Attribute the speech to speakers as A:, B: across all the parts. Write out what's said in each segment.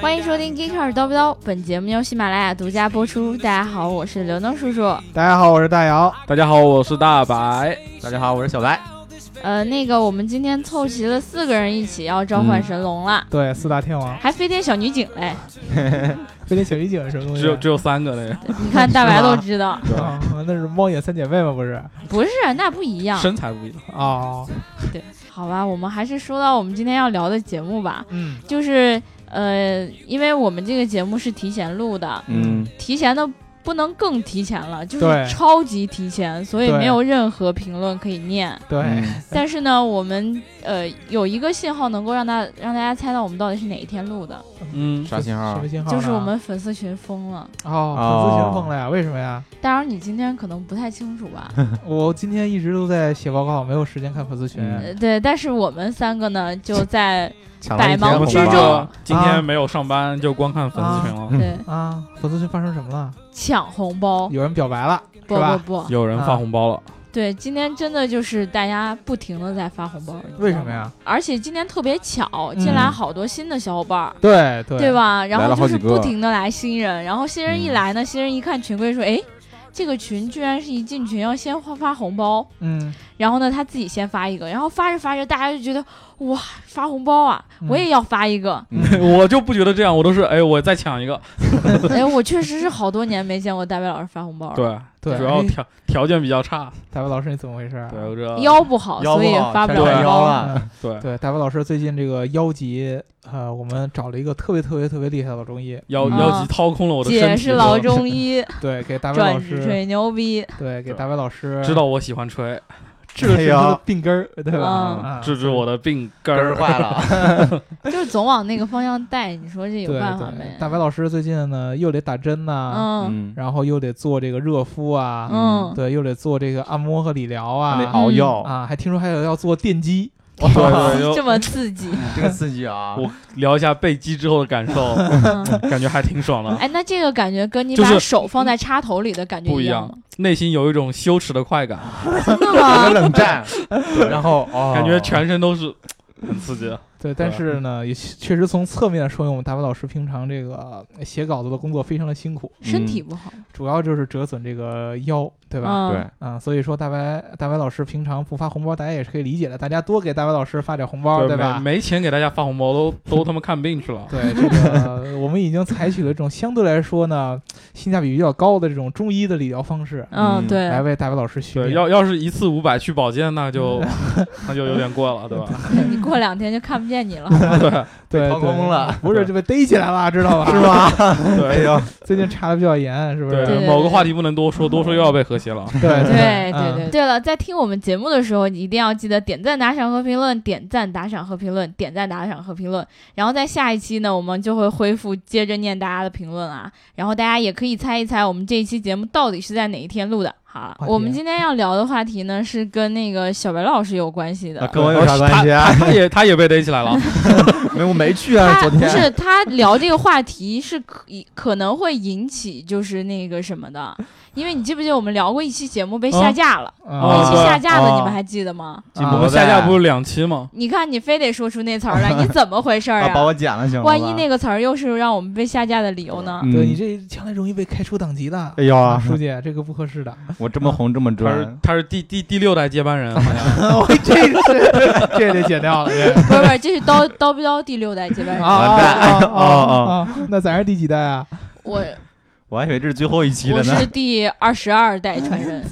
A: 欢迎收听《g e e k e r 叨不叨》，本节目由喜马拉雅独家播出。大家好，我是刘能叔叔。
B: 大家好，我是大姚。
C: 大家好，我是大白。
D: 大家好，我是小白。
A: 呃，那个，我们今天凑齐了四个人一起要召唤神龙了，
B: 对，四大天王，
A: 还飞天小女警嘞！
B: 飞天小女警是什么东西？
C: 只有只有三个嘞，
A: 你看大白都知道，
B: 啊，那是猫眼三姐妹吗？不是？
A: 不是啊那不一样。
C: 身材不一样。
B: 哦，
A: 好吧，我们还是说到我们今天要聊的节目吧，
B: 嗯，
A: 就是呃，因为我们这个节目是提前录的，
B: 嗯，
A: 提前的。不能更提前了，就
B: 对
A: 是超级提前，所以
B: 对
A: 没有任何评论可以念。
B: 对，
C: 嗯
D: 嗯
A: 但是呢，我们呃有一个信号能够让大让大家猜到我们到底是哪一天录的，
C: 嗯，
D: 啥信
B: 什
D: 号
B: 么？信号呢？
A: 就是我们粉丝群疯了。
B: 哦，粉丝群疯了呀？为什么呀？
A: 大姚，你今天可能不太清楚吧？
B: 我今天一直都在写报告，没有时间看粉丝群。
D: 嗯
A: 呃对，但是我们三个呢，就 在
D: 抢
A: 百忙
C: 我们
A: 之
C: 三
A: 中
C: 个今天没有上班，就光看粉丝群了。
A: 对
B: 啊，粉丝群发生什么了？
A: 呃抢红包，
B: 有人表白了，
A: 不不
B: 是吧？
A: 不，
C: 有人发红包了，
A: 对，今天真的就是大家不停的在发红包，你知道吗
B: 为什么？呀？
A: 而且今天特别巧，进来好多新的小伙伴儿。
B: 对对
A: 对？吧？然
D: 来
A: 后
D: 了
A: 就
D: 好
A: 是
D: 几个
A: 不停的来新人，然后新人
B: 嗯
A: 一来呢，新人一看群规说，哎，这个群居然是一进群要先发发红包，
B: 嗯，
A: 然后呢他自己先发一个，然后发着发着大家就觉得哇发红包啊，我也要发一个，
D: 嗯
C: 我就不觉得这样，我都是哎，我再抢一个。
A: 哎，我确实是好多年没见过大白老师发红包了，
C: 对
B: 对
C: 主要
B: 哎
C: 条条件比较差。
B: 大白老师，你怎么回事？嗯
C: 对，我这
A: 腰不好，所以发不
C: 腰
A: 了
C: 不好
A: 红
C: 对
A: 包。
D: 了。
C: 对
B: 对，大白老师最近这个腰疾，呃，我们找了一个特别特别特别厉害的中医，
C: 腰
D: 嗯
C: 腰肌掏空了我的身体。
A: 姐是老中医，
B: 对，给大白
A: 转
B: 老师，
A: 吹牛逼，
B: 对，给
C: 对
B: 大白老师
C: 知道我喜欢吹，
B: 治了
D: 哎
B: 治
D: 呀
B: 他 的病根儿，对吧？
A: 嗯
B: 啊
C: 治治我的病根
D: 根儿
C: 儿。
D: 坏了，
A: 就是总往那个方向带，你说这有
B: 对
A: 办法
B: 对
A: 没？
B: 大白老师最近呢，又得打针呐，
A: 嗯
D: 嗯，
B: 然后又得做这个热敷啊，
A: 嗯，
B: 对，又得做这个按摩和理疗
D: 还得
B: 啊，
D: 熬药，
B: 啊，还听说还有要做电击，
D: 对对，
A: 这么刺激，
D: 这个刺激啊！
C: 我聊一下被击之后的感 受，
A: 嗯
C: 感觉还挺爽的，
A: 哎，那这个感觉跟你
C: 就
A: 把
C: 是
A: 手放在插头里的感觉
C: 不一
A: 样
C: 样
A: 吗？，
C: 内心有一种羞耻的快感，
A: 真的
D: 有个
A: 吗？
D: 冷 战，然后哦，
C: 感觉全身都是很刺激。
B: 对，但
C: 对
B: 是呢，也确实从侧面说明我们大白老师平常这个写稿子的工作非常的辛苦，
A: 身体不好，
B: 主要就是折损这个腰，对
A: 嗯，
B: 吧？
D: 对，
B: 啊、所以说大白大白老师平常不发红包，大家也是可以理解的，大家多给大白老师发点红
D: 哦
B: 包，对吧？
C: 没没钱给大家发红包， 都都他妈看病去了。
B: 对这个，我们已经采取了这种相对来说呢，性价比比较高的这种中医的理疗方式，
A: 嗯，
D: 嗯
B: 来
A: 对，
B: 为大白老师续
C: 对，
B: 命。
C: 要要是一次五百去保健，那 就那就有点过了，对吧？
A: 你过两天就看不见你了。
B: 对
D: 被掏空
B: 对
D: 了
B: 不是就被逮起来了，知道吧？
D: 是吗？哎
C: 对
D: 呦，
B: 最近查的比较严，是不是？
A: 对对
C: 某个话题不能多说，多说又要被和谐了。
B: 对
A: 对对
B: 嗯
A: 对，对了，在听我们节目的时候，你一定要记得点赞、打赏和评论，点赞、打赏和评论，点赞、打赏和评论。然后在下一期呢，我们就会恢复接着念大家的评论啊。然后大家也可以猜一猜，我们这一期节目到底是在哪一天录的。好
B: 话，题
A: 我们今天要聊的话题呢，是跟那个小白老师有关系的。
D: 跟我有啥关系啊？
C: 他也他也被逮起来了，
D: 没，我没去啊，
A: 他
D: 昨
A: 不
D: 天
A: 是他聊这个话题是可以可能会引起就是那个什么的，因为你记不记得我们聊过一期节目被下架了，
D: 啊
B: 嗯
C: 哦
A: 一期
C: 对
A: 下架的
D: 哦
A: 你们还记得吗？
C: 啊我们下架不是两期吗？
A: 你看你非得说出那词 儿来，你怎么回事儿
D: 啊，把
A: 啊？
D: 我剪了行吗？
A: 万一那个词儿又是让我们被下架的理由呢？
D: 嗯
B: 对你这将来容易被开除党籍的。
D: 哎呦
B: 啊，
D: 啊，
B: 书记，这个不合 适的。
D: 我这么红这么
C: 他是
D: 专，
C: 他是第第第六代接班人，好 像
D: 哦
B: 我这是 这得剪掉了，这
A: 不是不是，这是 叨叨不叨第六代接班人。
B: 啊
D: 完蛋哦
B: 啊啊！那咱是第几代啊？
A: 我
D: 我还以为这是最后一期
A: 我
D: 了呢。
A: 是第二十二代传 人。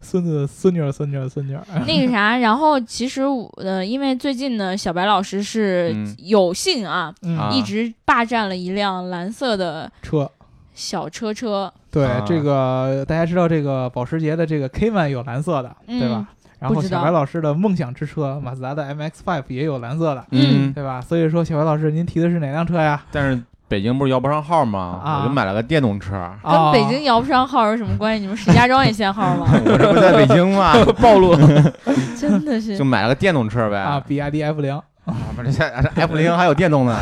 B: 孙子、孙女儿、孙女儿、孙女儿。
A: 那个啥，然后其实我呃，因为最近呢，小白老师是
D: 嗯
A: 有幸啊，
B: 嗯
D: 啊，
A: 一直霸占了一辆蓝色的
B: 车。
A: 小车车，
B: 对
D: 啊，
B: 这个大家知道，这个保时捷的这个 Cayman 有蓝色的，
A: 嗯
B: 对吧？然后
A: 不知道
B: 小白老师的梦想之车马自达的 MX-5 也有蓝色的，
D: 嗯，
B: 对吧？所以说，小白老师，您提的是哪辆车呀？
D: 但是北京不是摇不上号吗？
B: 啊
D: 我就买了个电动车。
A: 跟北京摇不上号有什么关系？你们石家庄也限号吗？
D: 我这不在 北京吗？
C: 暴露。
A: 真的是
D: 就买了个电动车呗。
B: 啊啊，比亚迪 F 零。
D: 不是，这 F 零还有电动呢，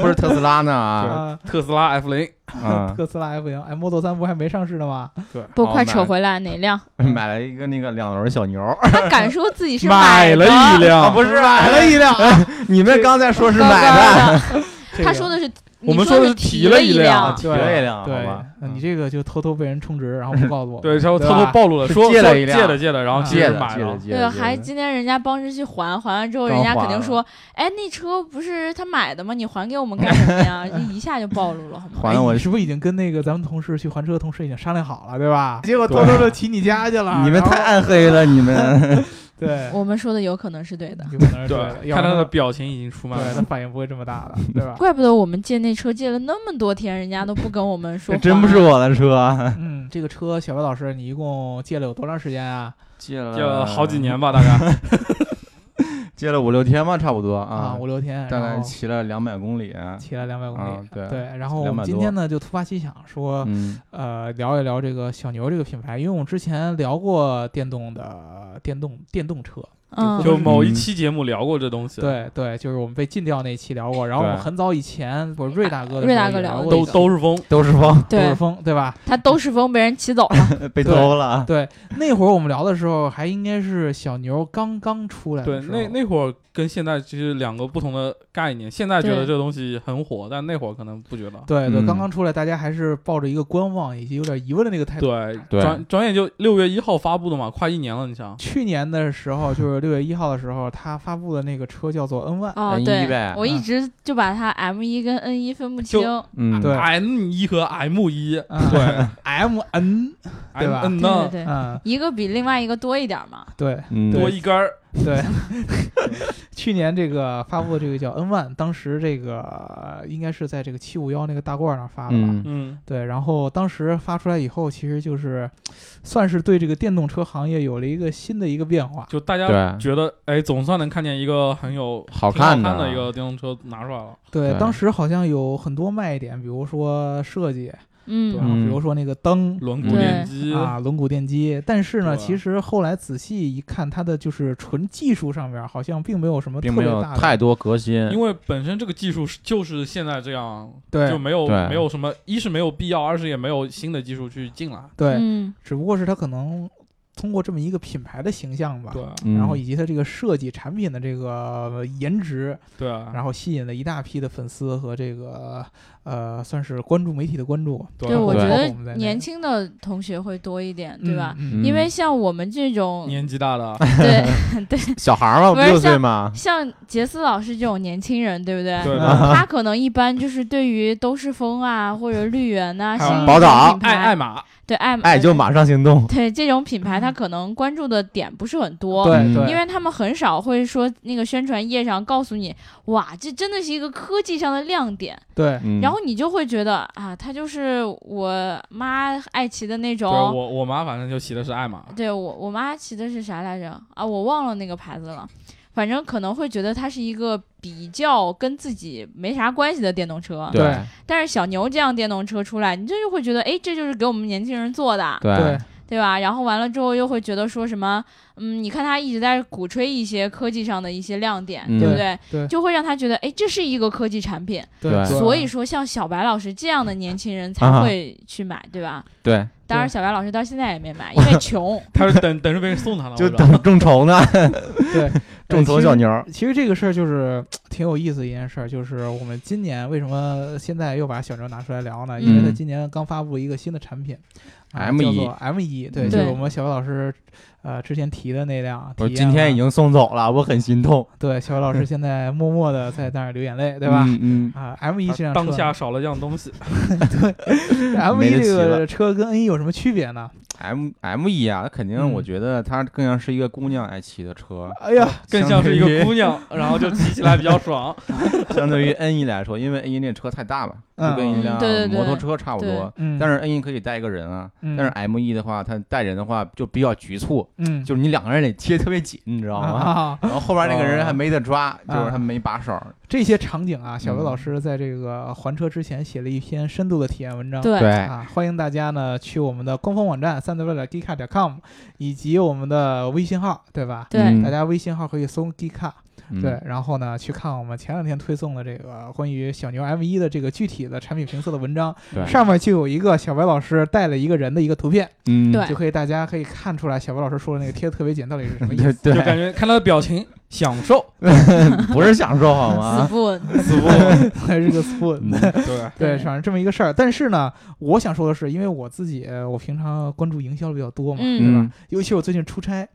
D: 不是特斯拉呢啊
B: 啊，
C: 特斯拉 F 零，
D: 啊！
B: 特斯拉 F 零，哎，Model 三不还没上市呢吗？
C: 对，
A: 不，
D: 哦
A: 快扯
D: 买
A: 回来哪辆？
D: 买了一个那个两轮小牛，啊
A: 他敢说自己是
C: 买了
A: 的
C: 一 辆，
D: 不是买了一辆，你们刚才说是
A: 高
D: 买的，
A: 高的，
B: 这
A: 他
B: 个
A: 说的是，你
C: 我们
A: 说
C: 说
A: 的
C: 的
A: 是
C: 是
A: 提
C: 提
A: 了
C: 了一
A: 辆
C: 辆，
B: 对
D: 提了一辆，
B: 对
D: 好吧，，
B: 那你
D: 嗯
B: 这个就偷偷被人充 值，然后不告诉我。
C: 对，然后
B: 对
C: 偷偷
B: 吧
C: 暴露了，
D: 是
C: 说
D: 借了
C: 说
D: 一辆啊
C: 借的借的，然后其
D: 借
C: 实
D: 的
C: 买
D: 借的
C: 了，
D: 借
A: 对，
D: 的，
A: 还
D: 借的
A: 今天人家帮着去还，还完之后，
D: 刚
A: 人家肯
D: 还
A: 定
D: 了
A: 说，哎，那车不是他买的吗？你还给我们干什么呀？这一下就暴露了，好吗？
D: 还了
B: 哎
D: 我
B: 你。是不是已经跟那个咱们同事去还车的同事已经商量好了，对吧？结果
C: 对
B: 偷偷的骑你家去了，
D: 你们
B: 然后
D: 太暗黑了，你们
B: 对，
A: 我们说的有可能是对的，
B: 有可能是对的，
C: 对，
B: 要
C: 看
B: 不
C: 他的
B: 然
C: 表情已经出卖
B: 对
C: 了
B: 他。反应不会这么大的，对吧？
A: 怪不得我们借那车借了那么多天，人家都不跟我们说
D: 这
A: 还。
D: 真不是我的 车，
B: 嗯，这个车，小白老师，你一共借了有多长时间啊？
D: 借了
C: 借了好几，年吧，大 概
D: 借了五六天吧，差不多
B: 啊，
D: 啊，
B: 五六天，
D: 大
B: 然
D: 概
B: 后
D: 骑了两百公里，
B: 骑了两百公
D: 啊
B: 里。
D: 对
B: 对，然后我们
D: 200
B: 今天呢就突发奇想说，
D: 嗯，
B: 呃，聊一聊这个小牛这个品牌，因为我们之前聊过电动的电动电动车，
A: 嗯，
C: 就某一期节目聊过这东西，，
B: 对对，就是我们被禁掉那期聊过，然后我
D: 对
B: 们很早以前，我瑞大哥的
A: 瑞
B: 时候
A: 大哥
B: 也
A: 聊
B: 聊
A: 过
B: 过
A: 这
C: 都
B: 一个
C: 都是风，
D: 都是风，
B: 都
A: 对
B: 是风，对吧？
A: 他都是风被人骑走了，
D: 被偷了，
B: 对，那会儿我们聊的时候，还应该是小牛刚刚出来
C: 对
B: 的，时候，
C: 那那会儿跟现在其实两个不同的概念，现在觉得这东西很火，但那会儿可能不觉得。
B: 对对，
D: 嗯
B: 刚刚出来，大家还是抱着一个观望以及有点疑问的那个态度。
C: 对，
D: 对
C: 转转眼就六月一号发布的嘛，快一年了，你想，
B: 去年的时候，就是六月一号的时候，他发布的那个车叫做 N One，
A: 哦，
D: N1
A: 对
D: 呗，
A: 我一直就把它 M 一跟 N 一分不清
C: 就，
D: 嗯，
B: 对
C: ，M 一和 M 一，
B: 嗯
C: 对
B: M N，对吧
C: ，M
A: 对
C: 呢
A: 对对，
B: 嗯，
A: 一个比另外一个多一点嘛，
B: 对
D: 嗯，
C: 多一根儿，
B: 对。 去年这个发布的这个叫 N One，当时这个呃应该是在这个七五幺那个大罐儿那儿发的吧？
D: 嗯，
C: 嗯，
B: 对，然后当时发出来以后，其实就是算是对这个电动车行业有了一个新的一个变化。
C: 就大家
D: 对，
C: 觉得，哎，总算能看见一个很有
D: 好
C: 挺好
D: 看
C: 看
D: 的
C: 的一个电动车拿出来了，
B: 对，
D: 对
B: 当时好像有很多卖点，比如说设计，然
A: 嗯
B: 后
D: 嗯
B: 比如说那个灯、
C: 轮毂
A: 对
C: 电机，
B: 啊、轮毂电机。但是呢，
C: 对吧
B: 其实后来仔细一看，它的就是纯技术上面好像并没有什么特
D: 并没
B: 别
D: 有
B: 大的
D: 太多革新，
C: 因为本身这个技术是就是现在这样，
B: 对
C: 就没有
D: 对
C: 没有什么，一是没有必要，二是也没有新的技术去进来，
B: 对，
A: 嗯，
B: 只不过是它可能通过这么一个品牌的形象吧。
C: 对啊
D: 嗯
B: 然后以及它这个设计产品的这个颜值，
C: 对，啊
D: 啊
B: 然后吸引了一大批的粉丝和这个呃，算是关注媒体的关注，
A: 对，我觉
D: 对
A: 得
B: 我们在那
A: 年
B: 个
A: 轻的同学会多一点，对吧？？
B: 嗯嗯
A: 因为像我们这种，
C: 啊年纪大的，
A: 对对，
D: 小孩儿嘛，
A: 不
D: 不
A: 是
D: 六
A: 像
D: 岁嘛，
A: 像杰斯老师这种年轻人，对不对？
C: 对
B: 啊
C: 的，
A: 他可能一般就是对于都市风啊，或者绿源呐、
B: 还
A: 新
B: 有
A: 兴
D: 宝岛
A: 品
C: 爱
A: 牌，
C: 爱马，
A: 对爱马
D: 爱就马上行动，
A: 对这种品牌，他可能关注的点不是很多。
B: 对嗯
D: 嗯
B: 对，
A: 因为他们很少会说那个宣传页上告诉你，哇，这真的是一个科技上的亮点，
B: 对
D: 嗯
A: 然后你就会觉得啊，它就是我妈爱骑的那
C: 对
A: 种，
C: 我我妈反正就骑的是 爱马，
A: 对我我妈骑的是啥来着啊？我忘了那个牌子了，反正可能会觉得它是一个比较跟自己没啥关系的电动车。
D: 对
A: 但是小牛这样电动车出来，你这就会觉得，哎，这就是给我们年轻人做的，
B: 对，
A: 对吧？然后完了之后又会觉得说什么，嗯，你看他一直在鼓吹一些科技上的一些亮点，
D: 嗯
A: 对不对？
B: 对
A: 就会让他觉得，哎，这是一个科技产品。
B: 对，啊
D: 对
A: 所以说，像小白老师这样的年轻人才
D: 啊
A: 会去买，对吧？
D: 对，
A: 当然，
B: 对
A: 小白老师到现在也没买，因为穷。
C: 她是等等着别人送她了，
D: 就
C: 我知道
D: 等众筹 呢，
B: 对
D: 众筹
B: 呃
D: 小。牛，
B: 其实其实这个事儿就是挺有意思的一件事儿，就是我们今年为什么现在又把小牛拿出来聊呢？因为它
D: 嗯
B: 今年刚发布了一个新的产品啊
D: M1
B: 叫做 M 一，对，
D: 嗯
B: 就是
A: 对
B: 我们小白老师呃之前提的那辆。
D: 我
B: 体
D: 今
B: 验
D: 天
B: 了
D: 已经送走了，我很心痛，
B: 对小白老师现在默默的在那儿流眼泪，对吧？
D: 嗯
B: 啊，M 一这辆车
C: 当下少了样东西，
B: M
D: 没
B: 一
D: 得
B: 这
D: 骑
B: 个
D: 了
B: 车跟 N 一有什么区别呢？
D: ，M M 一啊，肯定
B: 嗯
D: 我觉得它更像是一个姑娘爱骑的车，
B: 哎呀，
C: 更像是一个姑娘，然后就骑起来比较 爽，
D: 相对于 N 一来说，因为 N 一那车太大了，就跟一
A: 嗯
D: 辆
A: 对对对
D: 摩托车差不多。
B: 嗯，
D: 但
B: 是
D: 是 N 一可以带一个人啊，
B: 嗯
D: 但是 M 一的话，它带人的话就比较局促，
B: 嗯，
D: 就是你两个人得贴特别紧，你知道吗？
B: 啊，
D: 然后后边那个人还没得抓，
B: 啊
D: 就是他没把手。
B: 这些场景啊，
D: 嗯
B: 小刘老师在这个还车之前写了一篇深度的体验文章。
A: 对，
D: 对
B: 啊，欢迎大家呢去我们的官方网站三德 l g i k a 点 com，以及我们的微信号，对吧？
A: 对，
D: 嗯
B: 大家微信号可以搜 g i k a
D: 嗯
B: 对，，然后呢，去看我们前两天推送的这个关于小牛 M 一的这个具体的产品评测的文章，
D: 对
B: 上面就有一个小白老师带了一个人的一个图片，
D: 嗯，
A: 对
B: 就可以大家可以看出来小白老师说的那个贴的特别紧到底是什么意思。
D: 就
C: 就
D: 对，
C: 感觉看他的表情，享受，
D: 不是享受好 吗？
A: 不，
C: 死不？
B: 还是个 spoon。
D: 嗯
C: 对，
B: 对，
A: 对
B: 反正这么一个事儿。但是呢，我想说的是，因为我自己呃我平常关注营销比较多嘛，
A: 嗯
B: 对吧？
D: 嗯
B: 尤其我最近出差，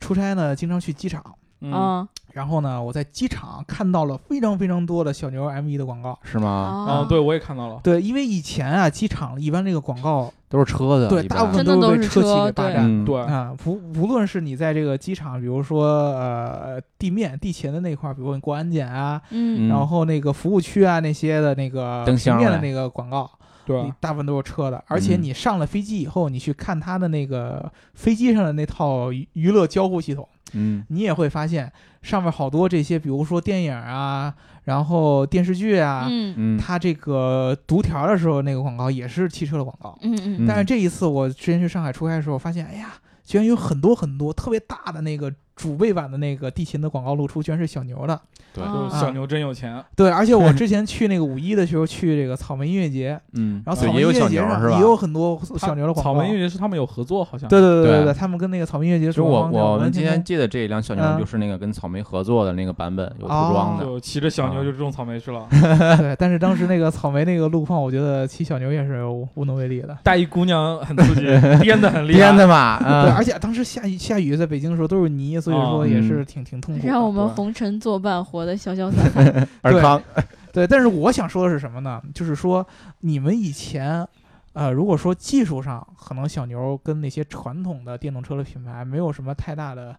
B: 出差呢经常去机场，
C: 嗯，
A: 嗯，
B: 然后呢我在机场看到了非常非常多的小牛 M 一的广告。
D: 是吗？
A: 哦
C: 啊，对，我也看到了，
B: 对，因为以前啊，机场一般这个广告，
D: 都是车的，
B: 对，
D: 一
B: 大部
D: 般
B: 分
A: 真的
B: 是
A: 都
B: 被
A: 是
B: 车企
A: 车
B: 给霸
A: 对
B: 占。
D: 嗯，
C: 对，
B: 啊，无无论是你在这个机场，比如说呃地面、地勤的那块儿，比如你过安检啊，
A: 嗯，
B: 然后那个服务区啊那些的那个
D: 灯
B: 平
D: 箱
B: 面的
D: 嘞
B: 那个广告，
C: 对
B: 你，大部分都是车的，而且
D: 嗯
B: 你上了飞机以后，你去看它的那个飞机上的那套娱娱乐交互系统，
D: 嗯
B: 你也会发现上面好多这些，比如说电影啊，然后电视剧啊，
A: 嗯
D: 嗯，
B: 它这个读条的时候那个广告也是汽车的广告。
A: 嗯嗯
D: 嗯
B: 但是这一次我之前去上海出差的时候，发现哎呀，居然有很多很多特别大的那个主背板的那个地勤的广告露出，居然是小牛的。
D: 对
C: 就
A: 啊
C: 是小牛真有钱，
B: 对，而且我之前去那个五一的时候，去这个草莓音乐节，
D: 嗯，
B: 然后
D: 对
B: 草莓音
D: 也有
B: 乐
D: 小
B: 节
D: 牛
B: 上
D: 是吧？
B: 也有很多小牛的广告。
C: 草莓音乐节是他们有合作，好像，
B: 对对对
D: 对
B: 对，他们跟那个草莓音乐节
D: 其实
B: 主办
D: 我
B: 方叫
D: 我
B: 完
D: 们今
B: 全
D: 天借的这一辆小牛
B: 嗯
D: 就是那个跟草莓合作的那个版本，有涂装的，
C: 就骑着小牛
D: 啊
C: 就种草莓 去了，
B: 对，但是当时那个草莓那个路况，我觉得骑小牛也是无无能为力的。
C: 带一姑娘 很刺激，颠的很厉害，
D: 编的嘛，
B: 对，
D: 嗯
B: 而且当时下雨下雨，在北京的时候都是泥，所以
C: 啊
B: 说也
D: 嗯
B: 是挺挺痛苦的。
A: 让我们
C: 对
A: 红尘作伴，活得潇潇洒洒。
D: 尔康，
B: 对，但是我想说的是什么呢？就是说你们以前，呃，如果说技术上可能小牛跟那些传统的电动车的品牌没有什么太大的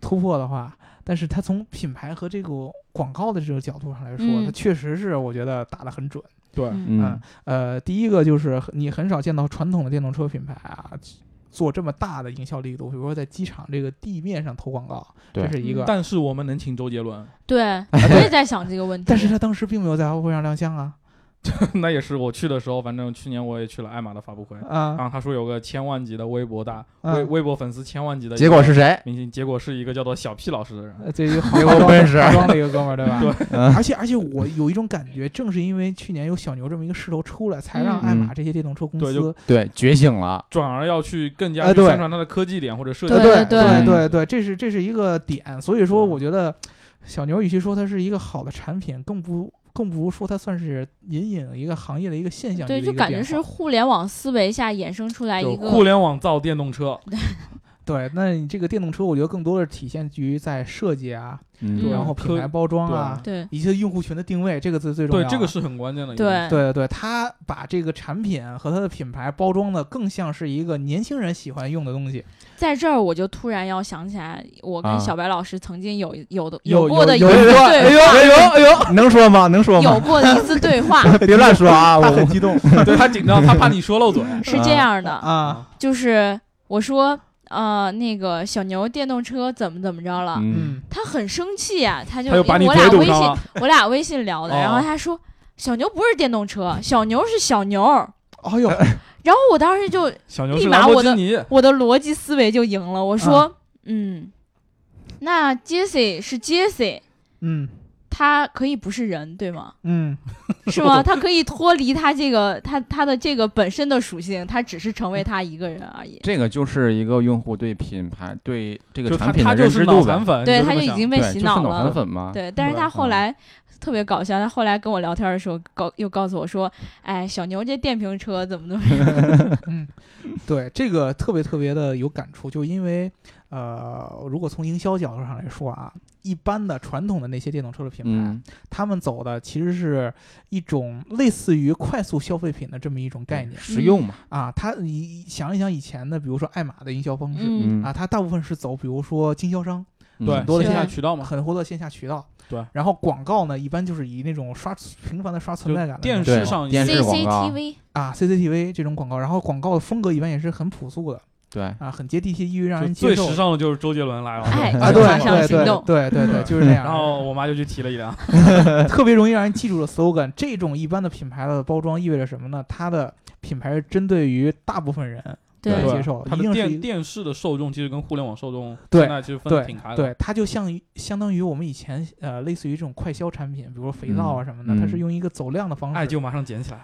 B: 突破的话，但是它从品牌和这个广告的这个角度上来说，
A: 嗯
B: 它确实是我觉得打得很准。
C: 对，
A: 嗯
D: 嗯
B: 呃，第一个就是很你很少见到传统的电动车品牌啊。做这么大的营销力度，比如说在机场这个地面上投广告，这
D: 对
B: 是一个。
C: 嗯但是我们能请周杰伦，
A: 对，我也在想这个问题。
B: 但是他当时并没有在发布会上亮相啊
C: 那也是我去的时候，反正去年我也去了艾玛的发布会，然
B: 啊！
C: 后他说有个千万级的微博大
B: 啊
C: 微微博粉丝千万级的一个
D: 结果是谁？哎
C: 明星，结果是一个叫做小 P 老师的人，
B: 呃这一个化
D: 结果
B: 化妆
D: 奔驰
B: 化妆的一个哥们儿，对吧？
C: 对
D: 嗯
B: 而且而且我有一种感觉，正是因为去年有小牛这么一个势头出来，才让
A: 嗯
B: 爱玛这些电动车公
C: 对就
B: 司，
D: 对，觉醒了，
C: 转而要去更加
B: 哎
C: 去
B: 对
C: 宣传他的科技点或者设计
A: 对
C: 点，
A: 对
B: 对
D: 对
B: 对对，这是这是一个点。所以说，
C: 对
B: 我觉得小牛与其说它是一个好的产品，更不更不如说它算是引领一个行业的一个现象级
A: 对，
B: 的一个
A: 就
B: 变
A: 感
B: 化。
A: 觉是互联网思维下衍生出来
C: 就
A: 一
C: 互
A: 个，
C: 联网造电动车，
B: 对。那你这个电动车，我觉得更多的体现于在设计啊，
A: 嗯
D: 嗯
B: 然后品牌包装啊，
A: 对
B: 以及用户群的定位，这个最最重要
C: 对
B: 的。
C: 这个是很关键的一个。
A: 啊对
B: 对对对，他把这个产品和它的品牌包装的更像是一个年轻人喜欢用的东西。
A: 在这儿我就突然要想起来，我
D: 啊
A: 跟小白老师曾经有有的
C: 有
A: 过的一
D: 有人
A: 次
D: 说，哎
A: 对
D: 呦哎呦哎呦，能说吗？能说
A: 有
D: 吗？
A: 过的一次对话
D: 别乱说啊！我
B: 激动
C: 对他紧张，他怕你说漏 嘴。
A: 是这样的，
B: 啊，
A: 就是我说呃那个小牛电动车怎么怎么着了，
D: 嗯，
B: 嗯，
A: 他很生气呀、他就
C: 他就把你
A: 我俩
C: 嘴堵
A: 微信
C: 上了。
A: 我俩微信聊的，
C: 哦
A: 然后他说小牛不是电动车，小牛是小牛儿。
B: 哎呦，
A: 然后我当时就
C: 小牛是
A: 立马
C: 兰博
A: 我
C: 基
A: 的
C: 尼，
A: 我的逻辑思维就赢了，我说、嗯，那 Jesse 是 Jesse，
B: 嗯
A: 他可以不是人对吗？
B: 嗯，
A: 是吗？他可以脱离他这个他他的这个本身的属性，他只是成为他一个人而已。
D: 这个就是一个用户对品牌对这个
C: 就他
D: 产品
C: 他
D: 的
C: 就
D: 认知
C: 是脑
D: 度呗
C: 残，粉，
A: 对，
C: 你
A: 他
C: 这
A: 就
C: 么
A: 已
C: 想
A: 经被
D: 对，
A: 洗
D: 就是脑
A: 了
D: 残。粉嘛。
A: 对，但是
C: 对
A: 他后
D: 嗯
A: 来特别搞笑，他后来跟我聊天的时候告又告诉我说，哎，小牛这电瓶车怎么怎么，
B: 对，这个特别特别的有感触，就因为呃，如果从营销角度上来说啊，一般的传统的那些电动车的品牌，
D: 嗯，
B: 他们走的其实是一种类似于快速消费品的这么一种概念
D: 实用嘛，
B: 啊。它你想一想以前的，比如说爱玛的营销方式
A: 嗯
D: 嗯
B: 啊，它大部分是走比如说经销商。
D: 嗯
C: 对
B: 很多的
C: 线
A: 现
C: 下
A: 在
C: 渠道嘛，
B: 很多的线下渠道。
C: 对
B: 然后广告呢，一般就是以那种刷频繁的刷存在感的
C: 电
B: 那
C: 视
B: 种
D: 对
C: 上
D: 电视广告，
A: ，CCTV
B: 啊 CCTV 这种广告，然后广告的风格一般也是很朴素的
D: 对，
B: 啊，很接地气，易于让
C: 就
B: 人接
C: 最
B: 受
C: 时。尚的就是周杰伦来了，
A: 哎上
B: 啊，对
A: 马上
B: 对
A: 行
B: 对
A: 动
B: 对对对，
C: 对
B: 就是这样。
C: 然 后我妈就去提了一辆，
B: 嗯特别容易让人记住的 slogan，这种一般的品牌的包装意味着什么呢？它的品牌是针对于大部分人，
A: 对
B: 来
C: 对
B: 接受，
C: 它
B: 一
C: 的
B: 定是
C: 电
B: 一
C: 电视的受众其实跟互联网受众
B: 对
C: 现在其实分得挺开的。
B: 对，它就像于相当于我们以前呃，类似于这种快消产品，比如说肥皂啊
D: 嗯
B: 什么的，它是
D: 嗯
B: 用一个走量的方
C: 爱
B: 式，
C: 哎就马上捡起来，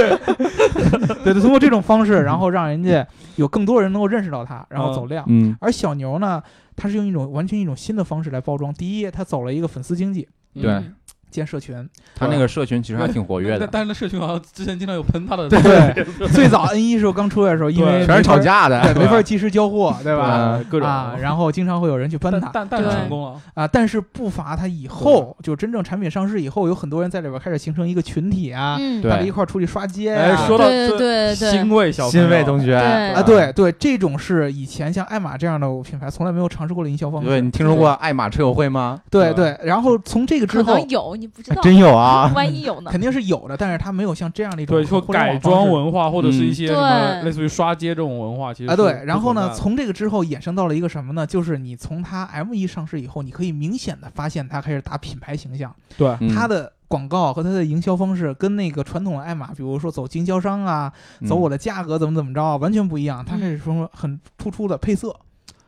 B: 对对，通过这种方式，然后让人家有更多人能够认识到它，然后
C: 嗯
B: 走量。
D: 嗯
B: 而小牛呢，它是用一种完全一种新的方式来包装。第一，它走了一个粉丝经济，
C: 嗯
D: 对
A: 嗯
B: 建社群。
D: 他那个社群其实还挺活跃
C: 但
D: 的，
C: 但是那社群好像之前经常有喷他的，
B: 对， 最早 N 一时候刚出来的时候，因为
C: 对
D: 全是
B: 没法
D: 吵，架的，
B: 对，没法及时交货，对吧？
D: 嗯
C: 各种
B: 啊，然后经常会有人去喷
C: 但
B: 它
C: 但但是
A: 对
C: 成功了，
B: 啊，但是不乏它以后就真正产品上市以后，有很多人在里边开始形成一个群体啊，
A: 嗯，
D: 对
B: 大家一块儿出去刷街
C: 哎
B: 啊
C: 说到
A: 对
C: 这
A: 对对
C: 欣慰小
D: 欣慰
C: 东
D: 同学
A: 对
B: 啊，对对，这种是以前像爱玛这样的品牌从来没有尝试过的营销方
D: 对，
B: 式
D: 你。听说过爱玛车友会吗？
B: 对
C: 对
B: 对，然后从这个之
A: 可
B: 后
A: 能，有你不知道，
D: 真 有啊，
A: 万一 有呢？
B: 肯定是有的，但是它没有像这样的一种
C: 对，说
B: 互联网
C: 改
B: 方
C: 装
B: 式
C: 文化或者是一些
A: 嗯
C: 什么
A: 对
C: 类似于刷街这种文化，其实
B: 啊，
C: 是
B: 对，然后
C: 不
B: 呢，
C: 存在的
B: 从这个之后衍生到了一个什么呢？就是你从它 M 一上市以后，你可以明显的发现它开始打品牌形象，
C: 对
D: 嗯
B: 它的广告和它的营销方式跟那个传统的爱玛，比如说走经销商啊，走
C: 嗯
B: 我
D: 的
B: 的价格怎么怎么着啊，完全不一样。它
A: 嗯
B: 开始说很突出的配色，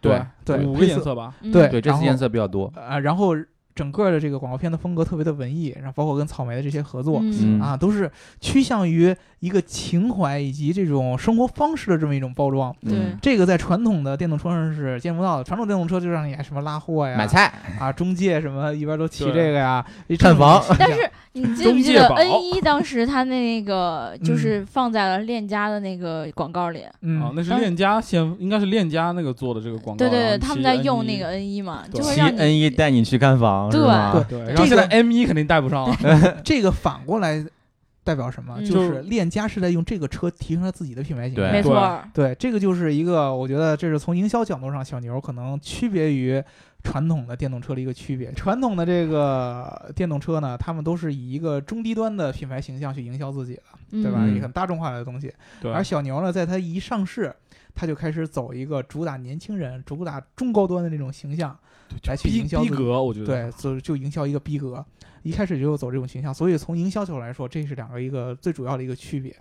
D: 对
B: 对
C: 五个
B: 配
C: 颜
B: 色
C: 色吧，
A: 嗯
B: 对
D: 对，这
B: 然
D: 次
B: 后
D: 颜色比较多，
B: 啊，然后整个的这个广告片的风格特别的文艺，然后包括跟草莓的这些合作。
A: 嗯
D: 嗯
B: 啊，都是趋向于一个情怀以及这种生活方式的这么一种包装。
A: 对
D: 嗯
B: 这个在传统的电动车上是见不到的，传统电动车就让你什么拉货呀、
D: 买菜，嗯
B: 啊、中介什么一般都骑
C: 对
B: 这个呀，这
D: 看房
B: 种形象
A: 但是你记不记
C: 中介
A: 得
C: 宝
A: N 一当时他那个就是放在了链家的那个广告里？
B: 嗯，
C: 啊，
D: 哦
C: 那是
A: 当时
C: 链家先，应该是链家那个做的这个广告，啊
A: 对
C: 然
A: 对，
C: 后
A: 他
C: 骑
A: 们在
C: N1
A: 用那个 N 一嘛，就会
D: 骑
A: 让
D: N 一
A: 你
D: 带你去看房，是
A: 对
D: 吗
B: 对
C: 对，然
B: 这
C: 后现在
B: 个
C: M 一肯定带不上了，
B: 这个反过来代表什么？
A: 嗯
B: 就是链家是在用这个车提升他自己的品牌形象。
D: 对
A: 没错儿，
B: 对，这个就是一个，我觉得这是从营销角度上，小牛可能区别于传统的电动车的一个区别。传统的这个电动车呢，他们都是以一个中低端的品牌形象去营销自己的，
A: 嗯
B: 对吧？
D: 嗯
B: 一个很大众化的东西。
C: 对
B: 而小牛呢，在它一上市，它就开始走一个主打年轻人、主打中高端的那种形象来去
C: 逼
B: 营销
C: 逼
B: 自己
C: 格，我觉得
B: 对，就就营销一个逼格，一开始就走这种形象，所以从营销角度来说，这是两个一个最主要的一个区别。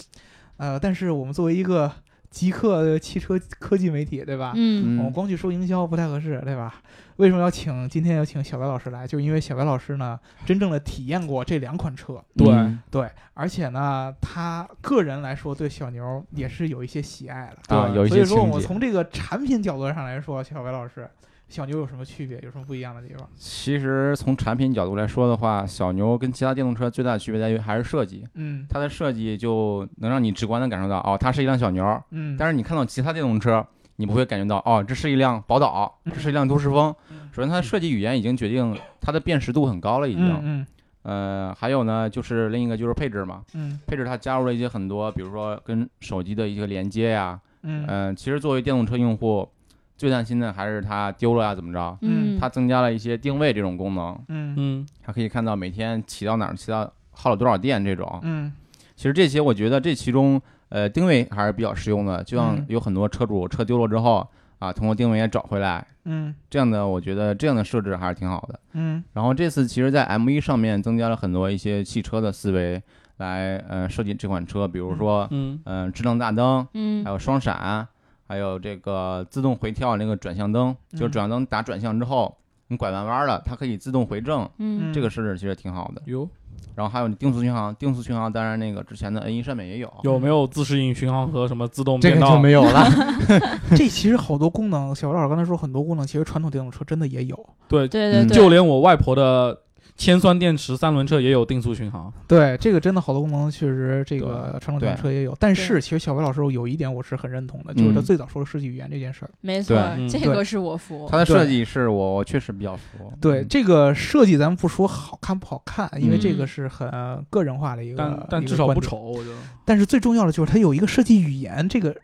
B: 呃，但是我们作为一个极客的汽车科技媒体，对吧？
A: 嗯，
B: 我们
D: 嗯，
B: 光去说营销不太合适，对吧？为什么要请今天要请小白老师来？就因为小白老师呢，真正的体验过这两款车，
C: 对
D: 嗯
B: 对，而且呢，他个人来说对小牛也是有一些喜爱的。
D: 啊，
C: 对
D: 有一
B: 所
D: 些
B: 以说，我
D: 情
B: 们
D: 节。
B: 从这个产品角度上来说，小白老师，小牛有什么区别？有什么不一样的地方？
D: 其实从产品角度来说的话，小牛跟其他电动车最大的区别在于还是设计，
B: 嗯
D: 它的设计就能让你直观的感受到，哦，它是一辆小牛。
B: 嗯，
D: 但是你看到其他电动车，你不会感觉到，哦，这是一辆宝岛，
B: 嗯
D: 这是一辆都市风。首先，它的设计语言已经决定它的辨识度很高了，已经。
B: 嗯
D: 呃，还有呢，就是另一个就是配置嘛，
B: 嗯
D: 配置它加入了一些很多，比如说跟手机的一个连接呀。
B: 嗯嗯
D: 嗯，其实作为电动车用户，最担心的还是它丢了呀，怎么着？
A: 嗯，
D: 它增加了一些定位这种功能，
B: 嗯
C: 嗯，
D: 还可以看到每天骑到哪儿，骑到耗了多少电这种。
B: 嗯
D: 其实这些我觉得这其中，呃，定位还是比较实用的。就像
B: 嗯
D: 有很多车主车丢了之后啊，通过定位也找回来，
B: 嗯
D: 这样的我觉得这样的设置还是挺好的。
B: 嗯
D: 然后这次其实，在 M1 上面增加了很多一些汽车的思维来呃设计这款车，比如说
C: 嗯，
D: 嗯、呃智能大灯，
A: 嗯
D: 还有双闪，还有这个自动回跳那个转向灯，就
B: 嗯
D: 转向灯打转向之后，你拐弯弯了，它可以自动回正，
A: 嗯
B: 嗯
D: 这个设置其实挺好的。
C: 有
D: 然后还有你定速巡航，定速巡航当然那个之前的 N1 上面也有，
C: 有没有自适应巡航和什么自动
D: 这
C: 变
D: 个就
C: 道？
D: 没有了。
B: 这其实好多功能，小白老师刚才说很多功能，其实传统电动车真的也有。
C: 对，
A: 对对
D: 嗯
A: 对，
C: 就连我外婆的铅酸电池三轮车也有定速巡航，
B: 对，这个真的好多功能，确实这个传统电动车也有。但是，其实小白老师有一点我是很认同的，就是他
D: 嗯
B: 最早说的设计语言这件事儿。
A: 没错
D: 对
A: 儿，
C: 嗯
A: 这
B: 对
A: 个是我服。
D: 它的设计是我我确实比较服。
B: 对
D: 嗯
B: 这个设计，咱们不说好看不好看，因为这
A: 嗯
B: 个是很个人化的啊一个，
C: 但但
B: 一个
C: 至少
B: 观
C: 不
B: 点。
C: 丑，我觉得。
B: 但是最重要的就是它有一个设计语言，这个